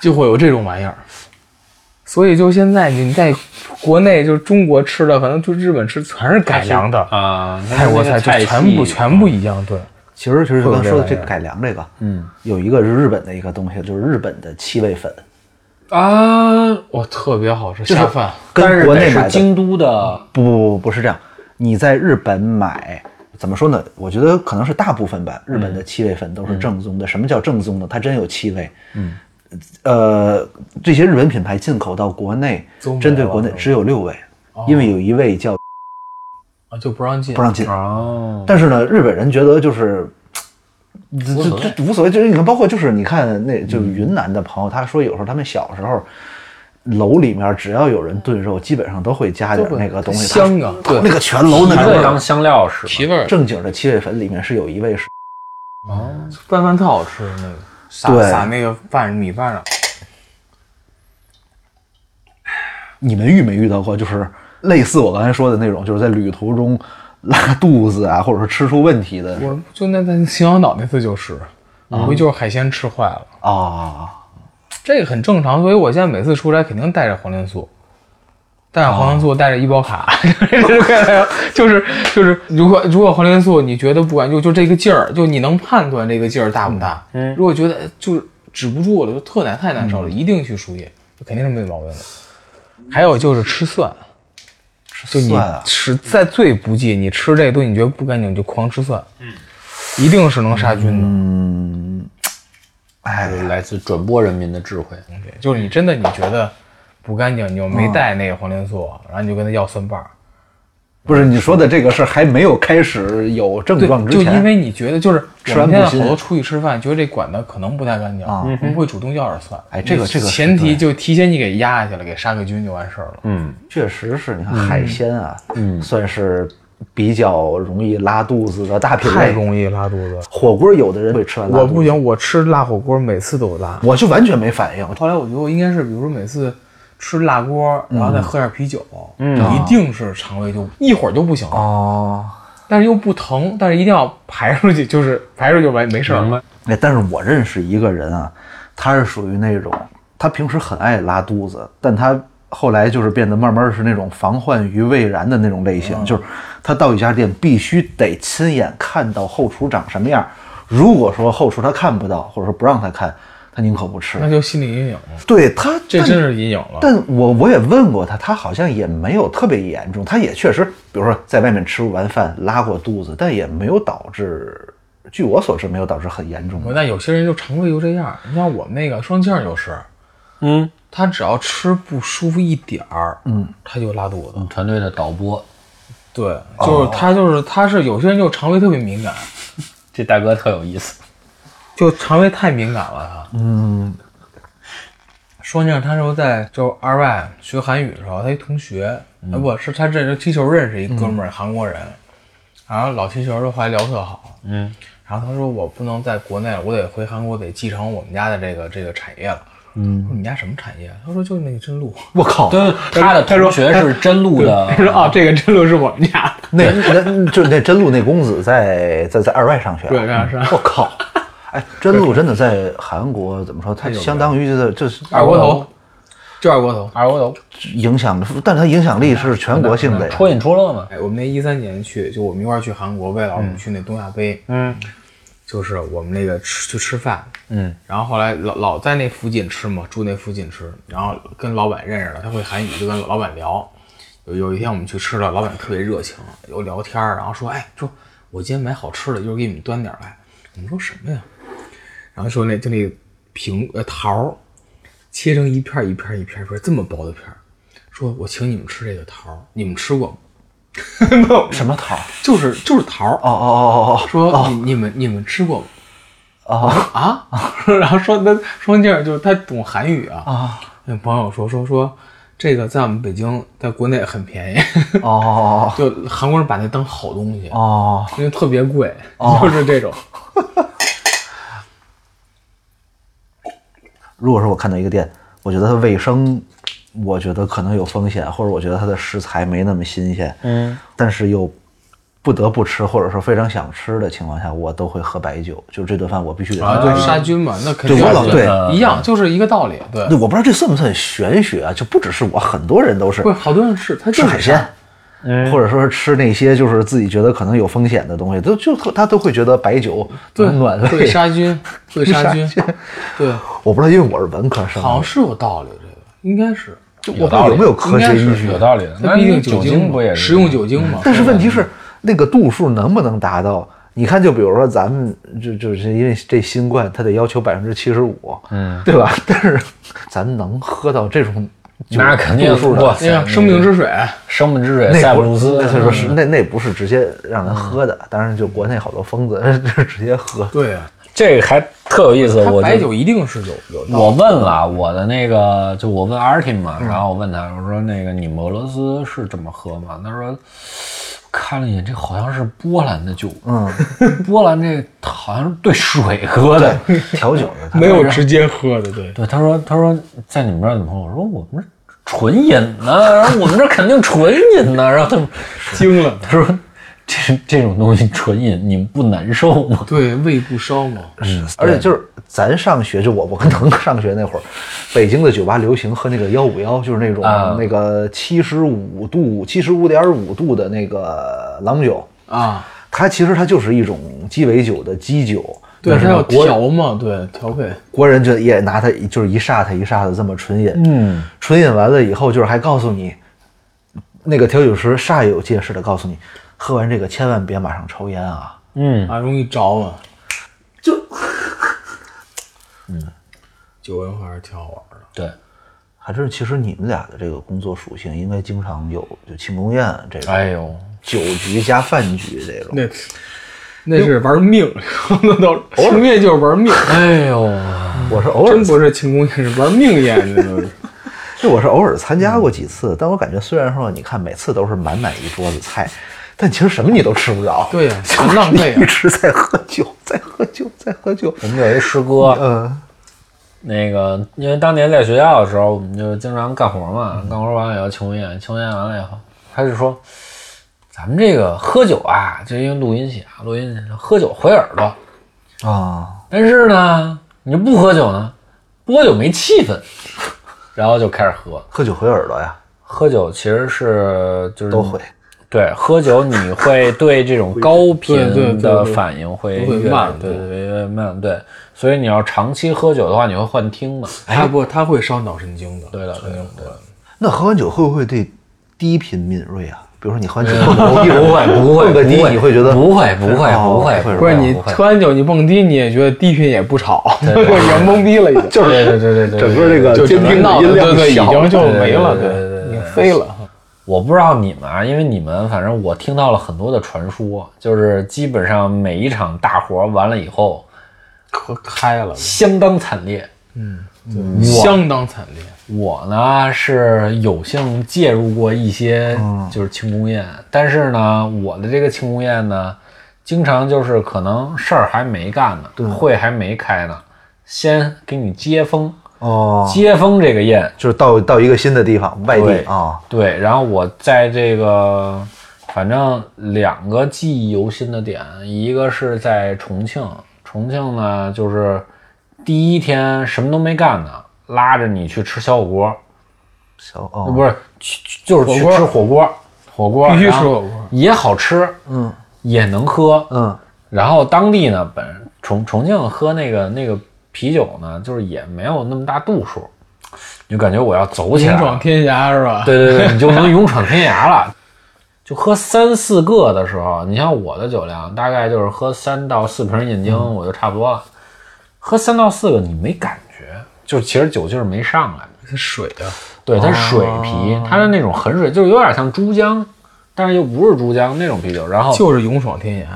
就会有这种玩意儿。所以就现在你在国内就是中国吃的，可能就日本吃全是改良的，
啊，
泰国菜就啊全部全部一样，对，
其实就是刚才说的
会有这
这
玩意儿
改良这个，嗯，有一个是日本的一个东西，就是日本的七味粉，
啊，我特别好吃
就是
下饭，
跟国内买
是
的
京都的
不不不，不是这样。你在日本买，怎么说呢？我觉得可能是大部分吧，日本的七味粉都是正
嗯
宗的。什么叫正宗呢？它真有七味。嗯，呃，这些日本品牌进口到国内
都没，
针对国内
了
只有六味，
哦
因为有一味叫
啊就不让进，
不让进。
哦，
但是呢，日本人觉得就是。这
所谓
这这无所谓，就是你看，包括就是你看那，就是云南的朋友，他说有时候他们小时候，楼里面只要有人炖肉，基本上都会加点
都会
那个东西，
香啊
他
对
那个全楼那
全
个味
部
儿
当香料使
提
吗。
味儿，
正经的七味粉里面是有一味是，
拌饭特好吃，那个撒
对
撒那个饭米饭上，
你们遇没遇到过？就是类似我刚才说的那种，就是在旅途中拉肚子啊，或者是吃出问题的
我就那在秦皇岛那次就是，我就是海鲜吃坏了，
啊
这个很正常，所以我现在每次出差肯定带着黄连素，带着黄连素，带着医保卡， <laughs> 就是就是，如果如果黄连素你觉得不管就就这个劲儿，就你能判断这个劲儿大不大，嗯，如嗯果觉得哎就是止不住了，就特难太难受了，一定去输液，肯定是没毛病的。还有就是吃蒜。就你
蒜啊
吃在最不济，你吃这东西你觉嗯得不干净，你就狂吃蒜，嗯，一定是能杀菌的。
哎
就是来自转播人民的智慧。
对，就是你真的你觉得不干净，你又没带那个黄连素，然后你就跟他要蒜瓣儿，
不是你说的这个事儿还没有开始有症
对
状，之
就
前，
因为你觉得就是
吃
我
完
们
不
现在好
信
多出去吃饭，觉得这馆子可能不太干净，
啊
我们会主动要点蒜。
哎这个这个是
前提就提前你给压下去了，给杀个菌就完事儿了。
嗯，
确实是你看海鲜啊，嗯，算是比较容易拉肚子的大品
太
类。
容易拉肚子，
火锅有的人会吃完拉
我
肚
不
子，
行，我吃辣火锅每次都拉。
我就完全没反应。
后来我觉得我应该是，比如说每次吃辣锅，然后再喝点啤酒，
嗯
啊
一定是肠胃就一会儿就不行了，
哦，
但是又不疼，但是一定要排出去，就是排出去就完没事儿
明
了。
白。
哎，但是我认识一个人啊，他是属于那种，他平时很爱拉肚子，但他后来就是变得慢慢是那种防患于未然的那种类
嗯
型，就是他到一家店必须得亲眼看到后厨长什么样，如果说后厨他看不到，或者说不让他看，他宁可不吃。
那就心理阴影了，
对他，
这
但
真是啊阴影了。
但我我也问过他，他好像也没有特别严重，他也确实，比如说在外面吃完饭拉过肚子，但也没有导致，据我所知没有导致很严重
我。那有些人就肠胃就这样，你像我们那个双庆就是，
嗯，
他只要吃不舒服一点儿，嗯，他就拉肚子。
团队的导播，
对，就是他就是他是有些人就肠胃特别敏感，
这大哥特有意思。
就肠胃太敏感了他。嗯，双庆他时候在就二外学韩语的时候，他一同学，哎不是他这人踢球认识一哥们儿、韩国人，然后老踢球的话聊特好，
嗯，
然后他说我不能在国内了，我得回韩国得继承我们家的这个这个产业了。嗯，我说你们家什么产业？他说就是那个真露。
我靠，
对，他的同学是真录的啊
他，说哦，这个真露是我们家的。
那那就那真露那公子在在在二外上学啊，
对在二上
我靠，哎，真露真的在韩国怎么说？他相当于就是就是
<laughs> 二锅头，就二锅头，二锅头。
影响，但他影啊响力是全国性的呀。
脱颖出乐嘛。
哎，我们那一三年去，就我们一块儿去韩国，为了我们去那东亚杯，
嗯
就是我们那个吃去吃饭，
嗯，
然后后来老老在那附近吃嘛，住那附近吃，然后跟老板认识了，他会韩语，就跟老板聊。有有一天我们去吃了，老板特别热情，又聊天儿，然后说，哎，说我今天买好吃的，一会儿给你们端点儿来。我们说什么呀？然后说那就那个苹呃桃儿，切成一片儿一片儿一片儿一片儿这么薄的片儿，说我请你们吃这个桃儿，你们吃过吗？ <laughs> 没有，
什么桃？
就是就是桃儿啊
哦哦哦哦
说、你你们你们吃过吗？
哦哦
啊， <laughs> 然后说那双镜就是他懂韩语啊，
啊
那朋友说说说这个在我们北京在国内很便宜，
哦哦
<laughs> 就韩国人把那当好东西，
哦哦，
因为特别贵，就是这种。
如果说我看到一个店，我觉得它卫生，我觉得可能有风险，或者我觉得它的食材没那么新鲜，
嗯，
但是又不得不吃，或者说非常想吃的情况下，我都会喝白酒，就这顿饭我必须得
啊，
喝。
就杀菌嘛，那肯定
哦对我老
是
对
一样，就是一个道理。对，
那我不知道这算不算玄学啊？就不只是我，很多人都是
不是好多人是他
吃
就是
海鲜，嗯或者说是吃那些就是自己觉得可能有风险的东西，都就特他都会觉得白酒
对
能暖
会
胃。
杀菌，会杀菌，对，
我不知道，因为我是文科生，啊
好像是有道理，这个应该是。
就我不知道有没有科学依据
有。道理的。
它毕竟
酒
精
不也
嘛，
是
食用酒精嘛。
但是问题是，那个度数能不能达到？你看，就比如说咱们就就是因为这新冠，它得要求百分之七十五，嗯，对吧？但是咱能喝到这种酒
那肯定
度数的
哇，
哎呀，生命之水，
生命之水
那
呃塞浦
不
路斯嗯
那，就是说那那不是直接让人喝的，当然就国内好多疯子 <laughs> 就是直接喝。
对啊呀，
这个还特有意思。
它
我就
白酒一定是有有道
我问了我的那个，就我问 Artin 嘛，然后我问他，我说那个你们俄罗斯是这么喝吗？他说看了一眼，这好像是波兰的酒，
嗯，
<laughs> 波兰这好像是兑水喝 <laughs> 的。
调酒的
理，没有直接喝的，对。
对，他说他说在你们这儿怎么喝？我说我们这纯饮呢、然后我们这儿肯定纯饮呢、然后他们
惊了，
他说这这种东西纯饮，你们不难受吗？
对，胃不烧嘛，
嗯而且就是咱上学，就我我跟腾上学那会儿，北京的酒吧流行喝那个幺五幺，就是那种、
啊
那个七十五度、七十五点五度的那个郎酒，
啊，
它其实它就是一种鸡尾酒的基酒，
对，啊
但是
它
呢
要
国
调嘛，对，调配，
国人就也拿它就是一煞它一煞的这么纯饮，
嗯，
纯饮完了以后，就是还告诉你，那个调酒师煞有介事的告诉你，喝完这个千万别马上抽烟啊，
嗯，
<laughs> 啊，容易着嘛。
就
九文还是挺好玩的。
对，
还真是，其实你们俩的这个工作属性应该经常有就庆功宴这种，
哎呦，
酒局加饭局这种。
那那是玩命， <laughs> 那都庆功宴就是玩命，
哎呦，
我是偶尔
真不是庆功宴，是玩命宴，这都是。
这我是偶尔参加过几次，但我感觉虽然说你看每次都是满满一桌子菜，但其实什么你都吃不着。
对呀很浪费啊
一直在喝酒，在喝酒，在喝酒。
我们有一师哥，
嗯，
那个，因为当年在学校的时候，我们就经常干活嘛，干活完了以后庆功宴，庆功宴完了以后，他就说，咱们这个喝酒啊，就因为录音起啊，录音起喝酒毁耳朵，
啊，
但是呢，你不喝酒呢，不喝酒没气氛，然后就开始喝，
喝酒毁耳朵呀，
喝酒其实是就是
都毁。
对，喝酒你会对这种高
对对对
频的
对
反应会
会
越
慢
对对越来越慢，对，所以你要长期喝酒的话，你会幻听嘛。
他不，他会伤脑神经的。
对的，对的，对的。
那喝完酒会不会对低频敏锐啊？比如说你喝完酒蹦
<laughs>
个低，不会
不会
蹦个低
不，会
你会觉得
不会不会
哦
不会
不会
不是你
不会
喝完酒你蹦迪，你也觉得低频也不吵，
对对对
也懵逼了已经。
就是对对对对对，
整个这个
就
监听
闹
的
得
音量
对对，已
小
经就
对
没了，
对对对对
已经飞了。
我不知道你们啊，因为你们反正我听到了很多的传说，就是基本上每一场大活完了以后
喝开了，
相当惨烈。
相当惨烈。
我呢是有幸介入过一些就是庆功宴，但是呢，我的这个庆功宴呢，经常就是可能事儿还没干呢，会还没开呢，先给你接风，
哦，
接风这个宴
就是到到一个新的地方，外
对
地啊，
对，然后我在这个反正两个记忆犹新的点，一个是在重庆，重庆呢就是第一天什么都没干呢，拉着你去吃小火锅，
小哦，
不是去去就是去吃火锅，火锅
嗯必须
然
吃
后
火锅
也好吃，
嗯
也能喝，
嗯，
然后当地呢，本重重庆喝那个那个啤酒呢，就是也没有那么大度数，你就感觉我要走起来
勇
了。
闯天涯是吧？
<laughs> 对对对，你就能勇闯天涯了。 <laughs> 就喝三四个的时候，你像我的酒量，大概就是喝三到四瓶燕京，
嗯
我就差不多了。喝三到四个你没感觉，就其实酒劲儿没上来。
对，水啊，
对，它是水啤，它是那种很水，就是有点像珠江，但是又不是珠江那种啤酒。然后
就是勇闯天涯，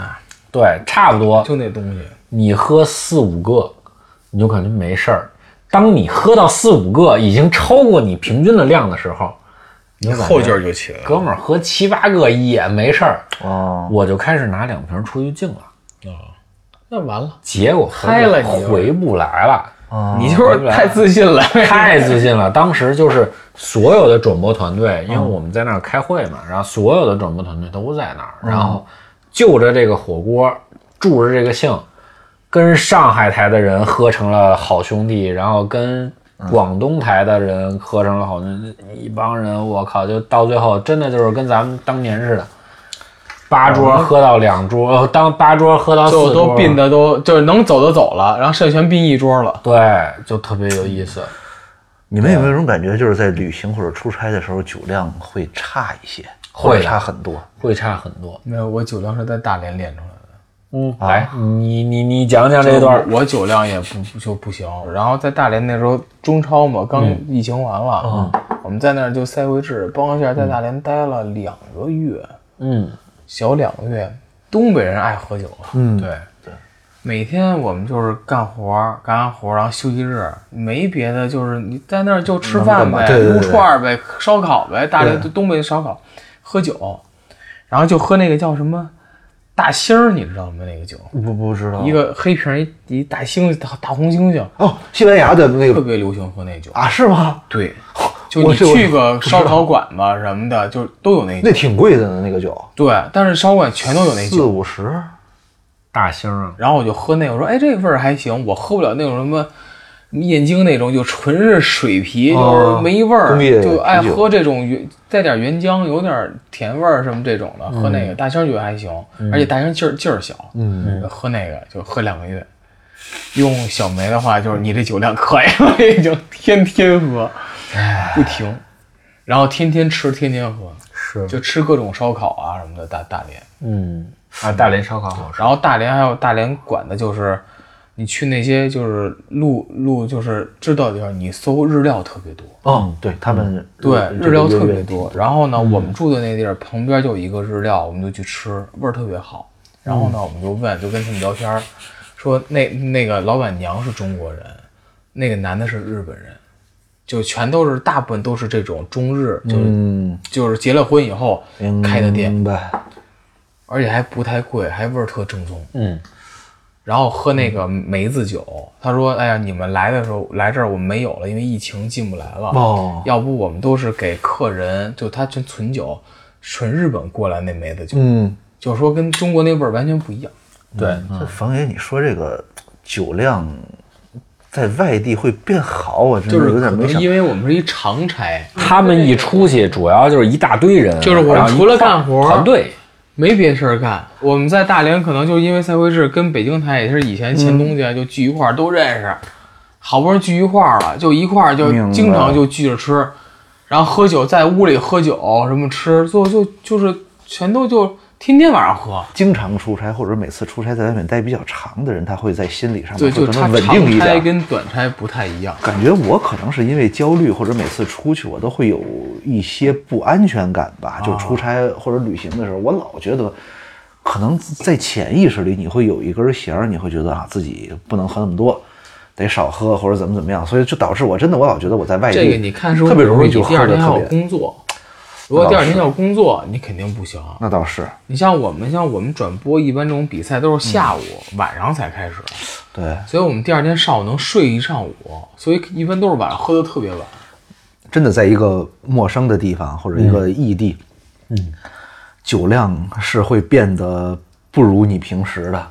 对，差不多
就那东西。
你喝四五个，你就感觉没事儿。当你喝到四五个已经超过你平均的量的时候，你就感觉
后劲儿就起来了。
哥们儿喝七八个也没事儿，
哦，
我就开始拿两瓶出去敬了。
那完了，
结果回
嗨了你就是
回不来了，
你就是太自信了。
<laughs> 太自信了。当时就是所有的转播团队，因为我们在那儿开会嘛，然后所有的转播团队都在那儿，然后就着这个火锅，住着这个兴，跟上海台的人喝成了好兄弟，然后跟广东台的人喝成了好兄弟，一帮人，我靠，就到最后真的就是跟咱们当年似的。八桌喝到两桌，当八桌喝到四
就
桌，
都病的都就是能走的走了，然后剩下全病一桌了。
对，就特别有意思。
你们有没有一种感觉，就是在旅行或者出差的时候，酒量会差一些，
会
或
的
者差很多？
会差很多。
没有，我酒量是在大连练出来的。
嗯，来，你你你讲讲这段儿。
我我酒量也不不就不行。然后在大连那时候中超嘛，刚
嗯
疫情完了，我们在那儿就塞回制，包一下在
嗯
大连待了两个月，
嗯，
小两个月。东北人爱喝酒啊，
嗯，
对，
每天我们就是干活儿，干完活儿然后休息日，没别的，就是你在那儿就吃饭呗，
对对对
撸串儿呗，烧烤呗，大连东北烧烤，喝酒，然后就喝那个叫什么大星儿，你知道吗？那个酒，
不不知道
一个黑瓶儿一一大星大大红猩猩，
哦，西班牙的那
特
个
别流行喝那酒。
啊，是吗？
对，就
我
你
这我
去个烧烤馆子什么的，就都有那酒
那。挺贵的呢，那个酒
对，但是烧烤馆全都有那
四
酒。
五十，
大星
嗯
啊，
然后我就喝那个，我说哎这味儿还行，我喝不了那种什么燕京那种，就纯是水啤，就
哦
是没味儿
工业，
就爱
啤酒
喝这种原带点原浆，有点甜味儿什么这种
嗯
的，喝那个大星觉得还行，而且大星劲儿劲儿小，嗯，喝那个就喝两个月。用小梅的话就是你这酒量可以了，已经天天喝，不停，然后天天吃，天天喝，
是
就吃各种烧烤啊什么的，大大连。
嗯啊，大连烧烤好吃。
然后大连还有大连管的就是你去那些就是录录就是知道的地方，你搜日料特别多。
哦，对他们
嗯对，
这
日
个
料
优
特
越
别多。然后呢，我们住的那地儿旁边就有一个日料，我们就去吃，味儿特别好。然后呢，我们就问，就跟他们聊天儿，说那那个老板娘是中国人，那个男的是日本人，就全都是大部分都是这种中日，就是、
嗯，
就是结了婚以后开的店，
明白。
而且还不太贵，还味儿特正宗。
嗯，
然后喝那个梅子酒，他说：“哎呀，你们来的时候来这儿我们没有了，因为疫情进不来了。
哦
要不我们都是给客人，就他纯纯酒，纯日本过来那梅子酒，
嗯，
就说跟中国那味儿完全不一样。
对，
这冯爷，你说这个酒量在外地会变好，我真
就
的
是
有
可
点没
能
想
因为我们是一长差，
他们一出去，主要就是一大堆人，
就是我们
然后一
除了
块儿
干活
团队，
没别事儿干。我们在大连可能就是因为赛会制跟北京台也是以前前东
嗯
家就聚一块儿都认识，好不容易聚一块儿了，就一块儿就
明白
经常就聚着吃，然后喝酒在屋里喝酒什么吃，就就就是全都就天天晚上喝。
经常出差或者每次出差在外面待比较长的人，他会在心理上
对，
面
就
会
差
更稳
长
定一
差
点。
跟短差不太一样。
感觉我可能是因为焦虑，或者每次出去我都会有一些不安全感
啊
吧。就出差或者旅行的时候，我老觉得，可能在潜意识里你会有一根弦儿，你会觉得啊自己不能喝那么多，得少喝或者怎么怎么样，所以就导致我真的我老觉得我在外地
这个你看是不
哎特别
是
容易
你
就
第
喝
二
的
天还
特
有
别。
工作，如果第二天要工作，你肯定不行。
那倒是，
你像我们，像我们转播一般这种比赛都是下午、晚上才开始，
对，
所以我们第二天上午能睡一上午，所以一般都是晚上喝的特别晚。
真的在一个陌生的地方或者一个异地，嗯，酒量是会变得不如你平时的。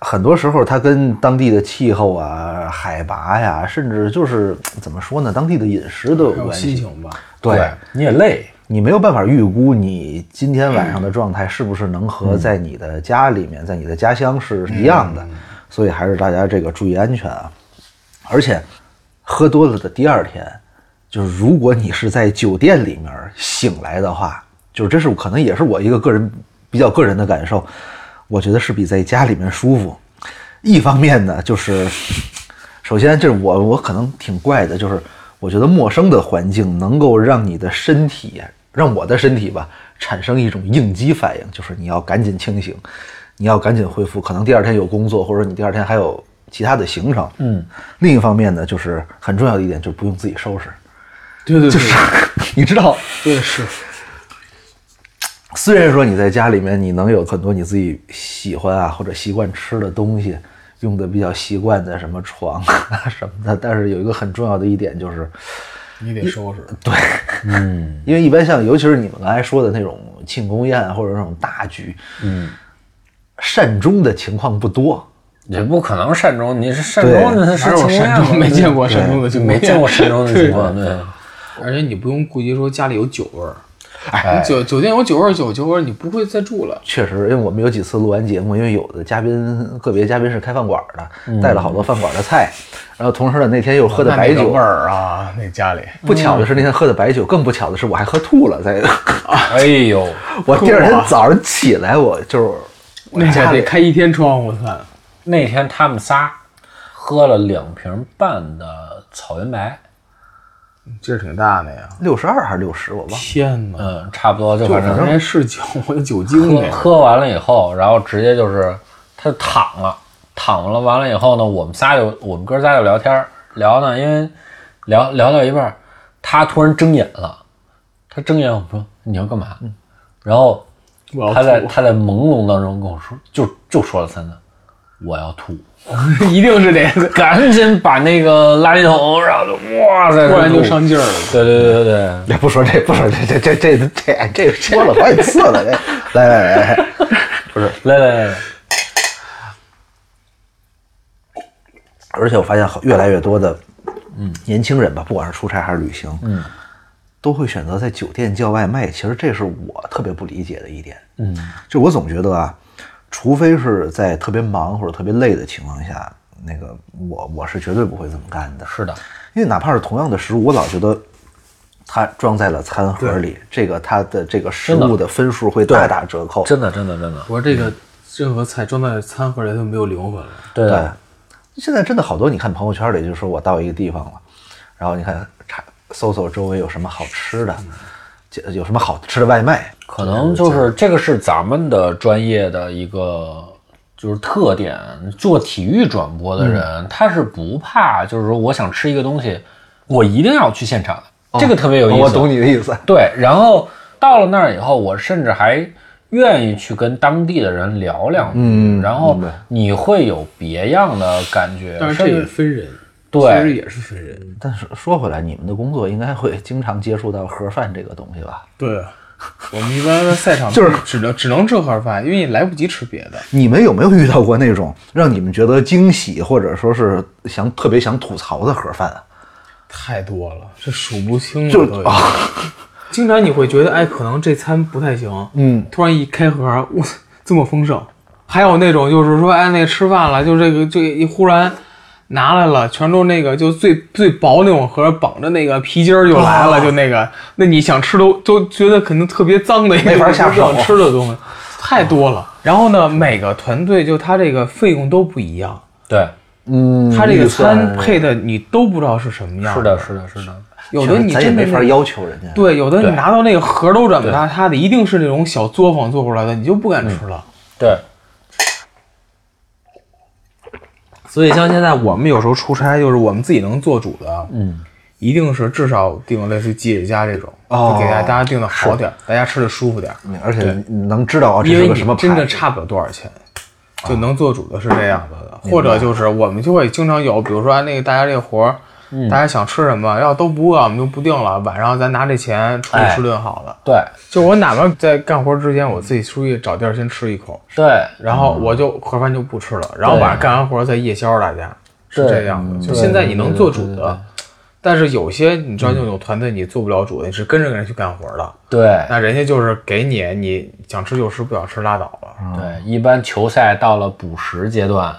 很多时候，它跟当地的气候啊、海拔呀、甚至就是怎么说呢，当地的饮食都有
还有
关
心
系。
情吧，
对，
你也累，
你没有办法预估你今天晚上的状态是不是能和在你的家里面、在你的家乡是一样的，所以还是大家这个注意安全啊。而且，喝多了的第二天，就是如果你是在酒店里面醒来的话，就是这是可能也是我一个个人比较个人的感受，我觉得是比在家里面舒服。一方面呢，就是首先这是我我可能挺怪的，就是我觉得陌生的环境能够让你的身体，让我的身体吧产生一种应激反应，就是你要赶紧清醒，你要赶紧恢复，可能第二天有工作，或者你第二天还有其他的行程。嗯，另一方面呢，就是很重要的一点，就是不用自己收拾。 <laughs>
对对对，
你知道，
对是，
虽然说你在家里面你能有很多你自己喜欢啊或者习惯吃的东西，用的比较习惯的什么床啊什么的，但是有一个很重要的一点就是，
你得收拾。
因为一般像尤其是你们刚才说的那种庆功宴啊或者那种大局，嗯，善终的情况不多。
也不可能善终，你是善
对
终，那是
哪有
庆功
山
宴
中
吗
没见过山中的情况，
没见过山中的情况， <laughs> 对，
而且你不用顾及说家里有酒味儿，哎，酒酒店有酒味儿，酒酒味儿你不会再住了。
确实，因为我们有几次录完节目，因为有的嘉宾个别嘉宾是开饭馆的，带了好多饭馆的菜，然后同时呢嗯那天又喝的
那
白
那个
酒
味，儿啊，那家里
不巧的是那天喝的白酒，更不巧的是我还喝吐了，在啊
哎呦，
<laughs> 我第二天早上起来我就是
那家得开一天窗户看。
那天他们仨喝了两瓶半的草原白，
劲儿挺大的呀！
六十二还是六十，我忘了。 <laughs>
天哪，
嗯，差不多就
就
反
是
正
那是酒，我的酒精
喝
呀
喝完了以后，然后直接就是他就躺了，躺了完了以后呢，我们仨就我们哥仨就聊天儿聊呢，因为聊聊到一半儿，他突然睁眼了，他睁眼我们说你要干嘛？然后
嗯我要
他在
吐
他在朦胧当中跟我说，就就说了三次，我要吐，
一定是得，
赶紧把那个垃圾桶，然后就哇塞，
<laughs> 不然就
吐
上劲儿了。
对对对对对。
也不说这，不说这，这这这这这说了好几次了，这 <laughs> 来来来来，
来来来来，
而且我发现好越来越多的，嗯，年轻人吧，不管是出差还是旅行，嗯，都会选择在酒店叫外卖。其实这是我特别不理解的一点，嗯，就我总觉得啊，除非是在特别忙或者特别累的情况下，那个我我是绝对不会这么干的，
是的，
因为哪怕是同样的食物，我老觉得它装在了餐盒里，这个它的这个食物的分数会大打折扣。
真的真的真的，
我说这个任何菜装在餐盒里都没有灵魂了。
对
对
的，
现在真的好多，你看朋友圈里就说我到一个地方了，然后你看查搜搜周围有什么好吃的，这有什么好吃的外卖，
可能就是这个是咱们的专业的一个就是特点。做体育转播的人，
嗯
他是不怕，就是说我想吃一个东西，我一定要去现场的，这个特别有意思。
哦我懂你的意思。
对，然后到了那儿以后，我甚至还愿意去跟当地的人聊聊，
嗯
然后
明白
你会有别样的感觉，
但是
甚
这个
至
分人，
对
其实也是分人。
但是说回来，你们的工作应该会经常接触到盒饭这个东西吧？
对啊，我们一般在赛场
就是
只能只能吃盒饭，因为你来不及吃别的。
你们有没有遇到过那种让你们觉得惊喜，或者说是想特别想吐槽的盒饭啊？
太多了，这数不清了
就
啊
都有。经常你会觉得，哎，可能这餐不太行，
嗯，
突然一开盒，哇，这么丰盛。还有那种就是说，哎，那吃饭了，就这个这个一忽然拿来了，全都那个就最最薄那种盒，绑着那个皮筋儿就来
哦
了，就那个，那你想吃都都觉得可能特别脏的一个，
没法下手哦
不想吃的东西太多了。然后呢，每个团队就他这个费用都不一样，
对，
嗯，
他这个
预算
餐配的你都不知道是什么样。
是的，，是的，是的，
有的你
咱也
真的
没法
那
要求人家。，
对，有的你
对
拿到那个盒都这么大，它的一定是那种小作坊做出来的，你就不
嗯
敢吃了。
对，
所以像现在我们有时候出差，就是我们自己能做主的，嗯，一定是至少订类似吉野家这种，
哦
就给大家订的好点儿，大家吃的舒服点儿，
而且你能知道啊，这
因为
是
你
个什么牌
真的
子？哦
差不了多少钱。就能做主的是这样子的，或者就是我们就会经常有，比如说啊那个大家这个活儿，
嗯
大家想吃什么，要都不饿，我们就不定了，晚上咱拿这钱出去
哎
吃顿好的。
对，
就我哪怕在干活之前，我自己出去找地儿先吃一口，
对，
然后我就盒饭就不吃了，然后晚上干完活再夜宵，大家是这样的。就现在你能做主的，但是有些你知道，那种团队你做不了主的，你是跟着人去干活的，
对，
那人家就是给你，你想吃就吃，不想吃拉倒了。
对，一般球赛到了补时阶段，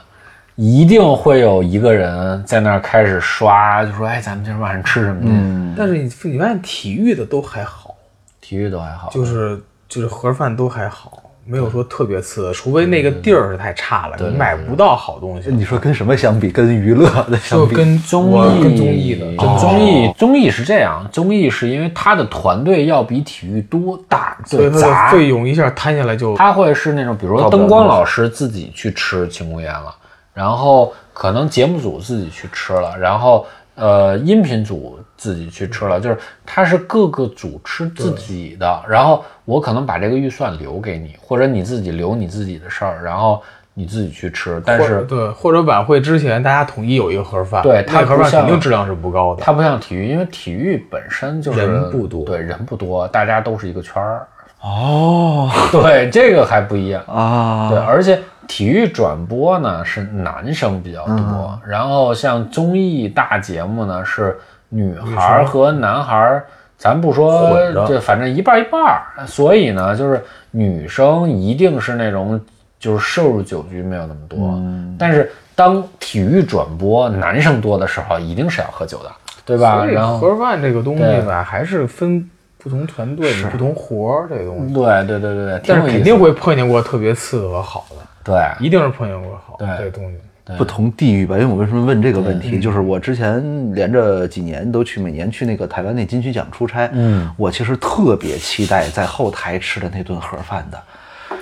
一定会有一个人在那儿开始刷，就说：“哎，咱们今儿晚上吃什么去？”
但是你你发现体育的都还好，
体育都还好，
就是就是盒饭都还好，没有说特别次的，除非那个地儿是太差了，你买不到好东西。
你说跟什么相比？跟娱乐的相
就
比？
跟
综
我
艺
跟综艺的，哦
跟综艺综哦艺是这样，综艺是因为他的团队要比体育多大
所
对
以它的
杂，
费用一下摊下来就
他会是那种，比如说灯光老师自己去吃庆功宴了，然后可能节目组自己去吃了，然后呃音频组自己去吃了，就是他是各个组吃自己的，然后我可能把这个预算留给你，或者你自己留你自己的事儿，然后你自己去吃，但
或者
是。
对，或者晚会之前大家统一有一个盒饭，
对
那
它
盒
不
饭肯
像
定质量是不高的。
它不像体育，因为体育本身就是
人不多
对人不多，大家都是一个圈儿。 <laughs>
哦
对，这个还不一样。
啊，
对，而且体育转播呢是男生比较
嗯
多，然后像综艺大节目呢是女孩儿和男孩儿，咱不说
混着
这，反正一半儿一半儿。所以呢，就是女生一定是那种就是摄入酒局没有那么多，
嗯
但是当体育转播男生多的时候，一定是要喝酒的，对吧？
所以
然后
盒饭这个东
对
西吧，还是分不同团队、不同活儿这个东西，
对对对对对，嗯挺
但
有
是
意
肯
思
定
的
会碰见过特别次的和好的，
对
一定是碰见过好的
对
这个东西。
<laughs>
不同地域吧，因为我为什么问这个问题，就是我之前连着几年都去，每年去那个台湾那金曲奖出差，
嗯，
我其实特别期待在后台吃的那顿盒饭的，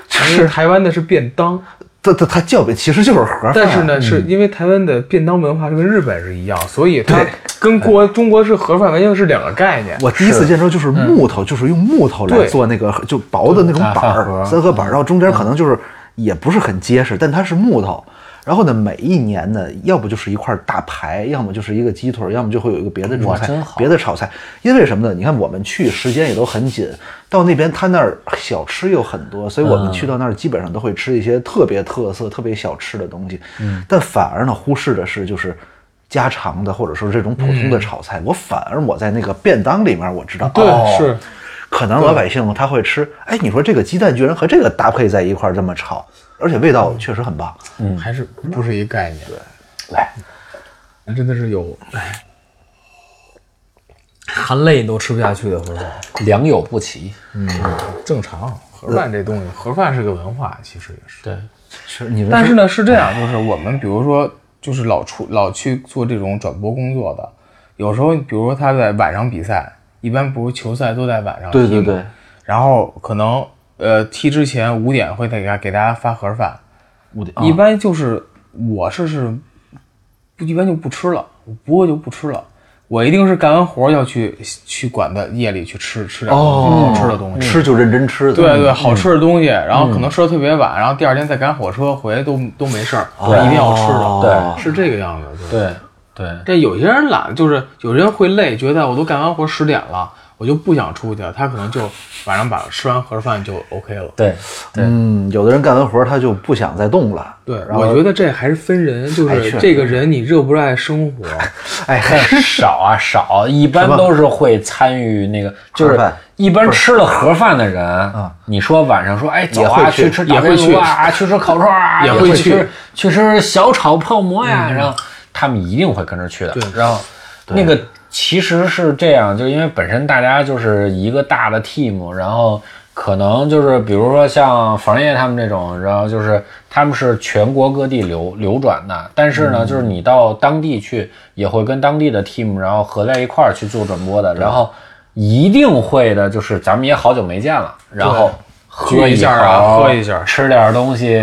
就
因
是
为台湾的是便当，
它它它叫别其实就是盒饭，
但是
嗯
呢，是因为台湾的便当文化是跟日本是一样，所以它
对
跟国中国是盒饭完全是两个概念。
我第一次见时候就是木头，就是用木头来
对
做那个就薄的那种板
大饭
儿，
盒
三合板儿，然后中间可能就是也不是很结实，但它是木头。然后呢，每一年呢，要不就是一块大排，要么就是一个鸡腿，要么就会有一个别的主
哇
菜
真好，
别的炒菜。因为什么呢？你看我们去时间也都很紧，到那边他那儿小吃又很多，所以我们去到那儿基本上都会吃一些特别特色、特别小吃的东西。嗯，但反而呢，忽视的是就是家常的，或者说这种普通的炒菜，我反而我在那个便当里面我知道，
对
哦
是
可能老百姓他会吃。哎，你说这个鸡蛋居然和这个搭配在一块儿这么炒，而且味道确实很棒。
还是不是一概念。对，真的是有，哎，含泪你都吃不下去的盒饭，
良莠不齐。
正常。盒饭这东西，盒饭是个文化，其实也是。
对，
是你们
但是呢，是这样，就是我们比如说就是老出老去做这种转播工作的，有时候比如说他在晚上比赛，一般不是球赛都在晚上踢
对
吗
对对，
然后可能呃踢之前五点会给大给大家发盒饭，
五点
一般就是我是是不一般就不吃了，我不饿就不吃了。我一定是干完活儿要去去馆子夜里去吃吃点
哦
好，吃的东西，
吃就认真吃的，嗯
对对，好吃的东西，然
嗯
后可能吃的特别晚，然后第二天再赶火车回都都没事儿，
哦
一定要吃的，
对
是这个样子。对，
对对，
这有些人懒，就是有人会累，觉得我都干完活十点了，我就不想出去了，他可能就晚上把吃完盒饭就 OK 了。
对对，
嗯，有的人干完活儿他就不想再动了。
对，我觉得这还是分人，就
哎确实
是这个人你热不热爱生活，
哎，
但是少啊少，一般都是会参与那个，就
盒
是
饭
一般吃了盒饭的人，你说晚上说哎走
也
啊
会去
去吃
也
打
会
边
去
炉啊，去吃烤串啊，
也
也
会去嗯
去去吃小炒泡馍呀，然后他们一定会跟着去的
对。
然后那个其实是这样，就因为本身大家就是一个大的 team，然后。可能就是，比如说像房业他们这种，然后就是他们是全国各地流流转的，但是呢，就是你到当地去，也会跟当地的 team，然后合在一块儿去做转播的，然后一定会的，就是咱们也好久没见了，然后喝
聚一
口
下啊喝一下
吃点东西，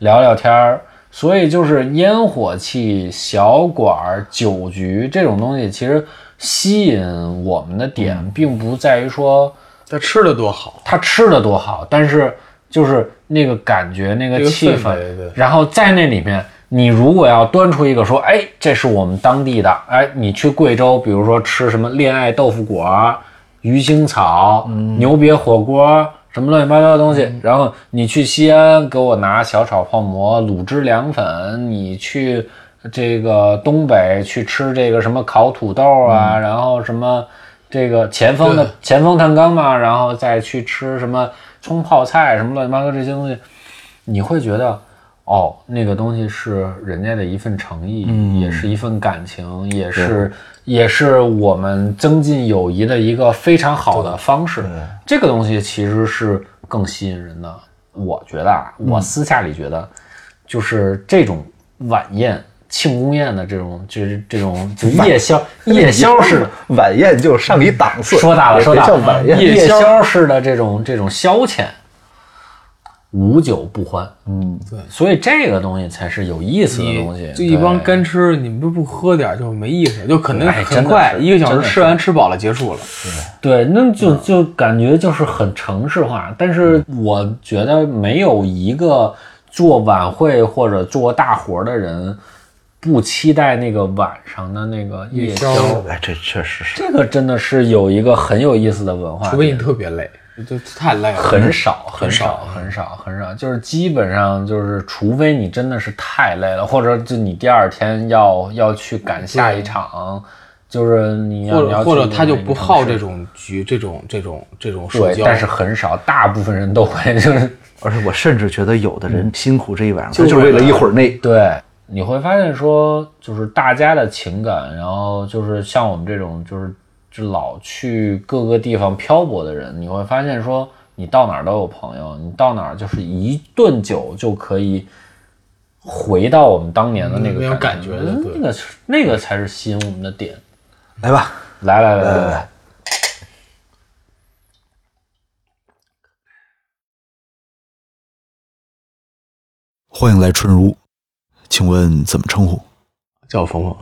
聊聊天儿。所以就是烟火气、小馆儿、酒局这种东西，其实吸引我们的
嗯
点，并不在于说
他吃的多好，
他吃的多好，但是就是那个感觉、那个
这个
气
氛
氛，
围对
然后在那里面，你如果要端出一个说，哎，这是我们当地的，哎，你去贵州，比如说吃什么恋爱豆腐果、鱼腥草、
嗯
牛瘪火锅。什么乱七八糟的东西，然后你去西安给我拿小炒泡馍、卤汁凉粉，你去这个东北去吃这个什么烤土豆啊，然后什么这个前锋的
嗯对
前锋碳钢嘛，啊然后再去吃什么葱泡菜什么乱七八糟这些东西，你会觉得哦，那个东西是人家的一份诚意，也是一份感情，也是也是我们增进友谊的一个非常好的方式。这个东西其实是更吸引人的。我觉得啊，我私下里觉得，就是这种晚宴、庆功宴的这种，就是这种就夜宵、夜宵式 <laughs> 的。
晚宴就上一档次，
说大了，
也
说大
别叫
了，
晚宴，
夜宵式的这种这种消遣，无酒不欢。
嗯，
所以这个东西才是有意思的 <laughs> 东西。
你就一帮
对
干吃，你们不不喝点儿就没意思，就可能
哎真
很
的
快
是
一个小
真的
时
是
吃完吃饱了结束了。
对，嗯那就就感觉就是很城市化。但是我觉得没有一个做晚会或者做大活儿的人不期待那个晚上的那个夜宵。
哎，这确实是。
这个真的是有一个很有意思的文化点，
除非你特别累，就太累了，
很少，很
少
少，很少，很少，就是基本上就是，除非你真的是太累了，或者就你第二天要要去赶下一场，就是你要
嗯或
你要
者
去
或者他就
另外一个
不好
城
这
市
种局，这种这种这种社
对，
交。
但是很少，大部分人都会 <laughs> 就是。
而且我甚至觉得有的人辛苦这一晚上，
就
他就是
为
为
了
了一会儿内
对，你会发现说，就是大家的情感，然后就是像我们这种就是就老去各个地方漂泊的人，你会发现说，你到哪儿都有朋友，你到哪儿就是一顿酒就可以。回到我们当年的那个
嗯那种
感
感觉的对
那个是那个才是吸引我们的点。
来吧，
来来来来来，
欢迎来春如，请问怎么称呼？
叫我冯冯，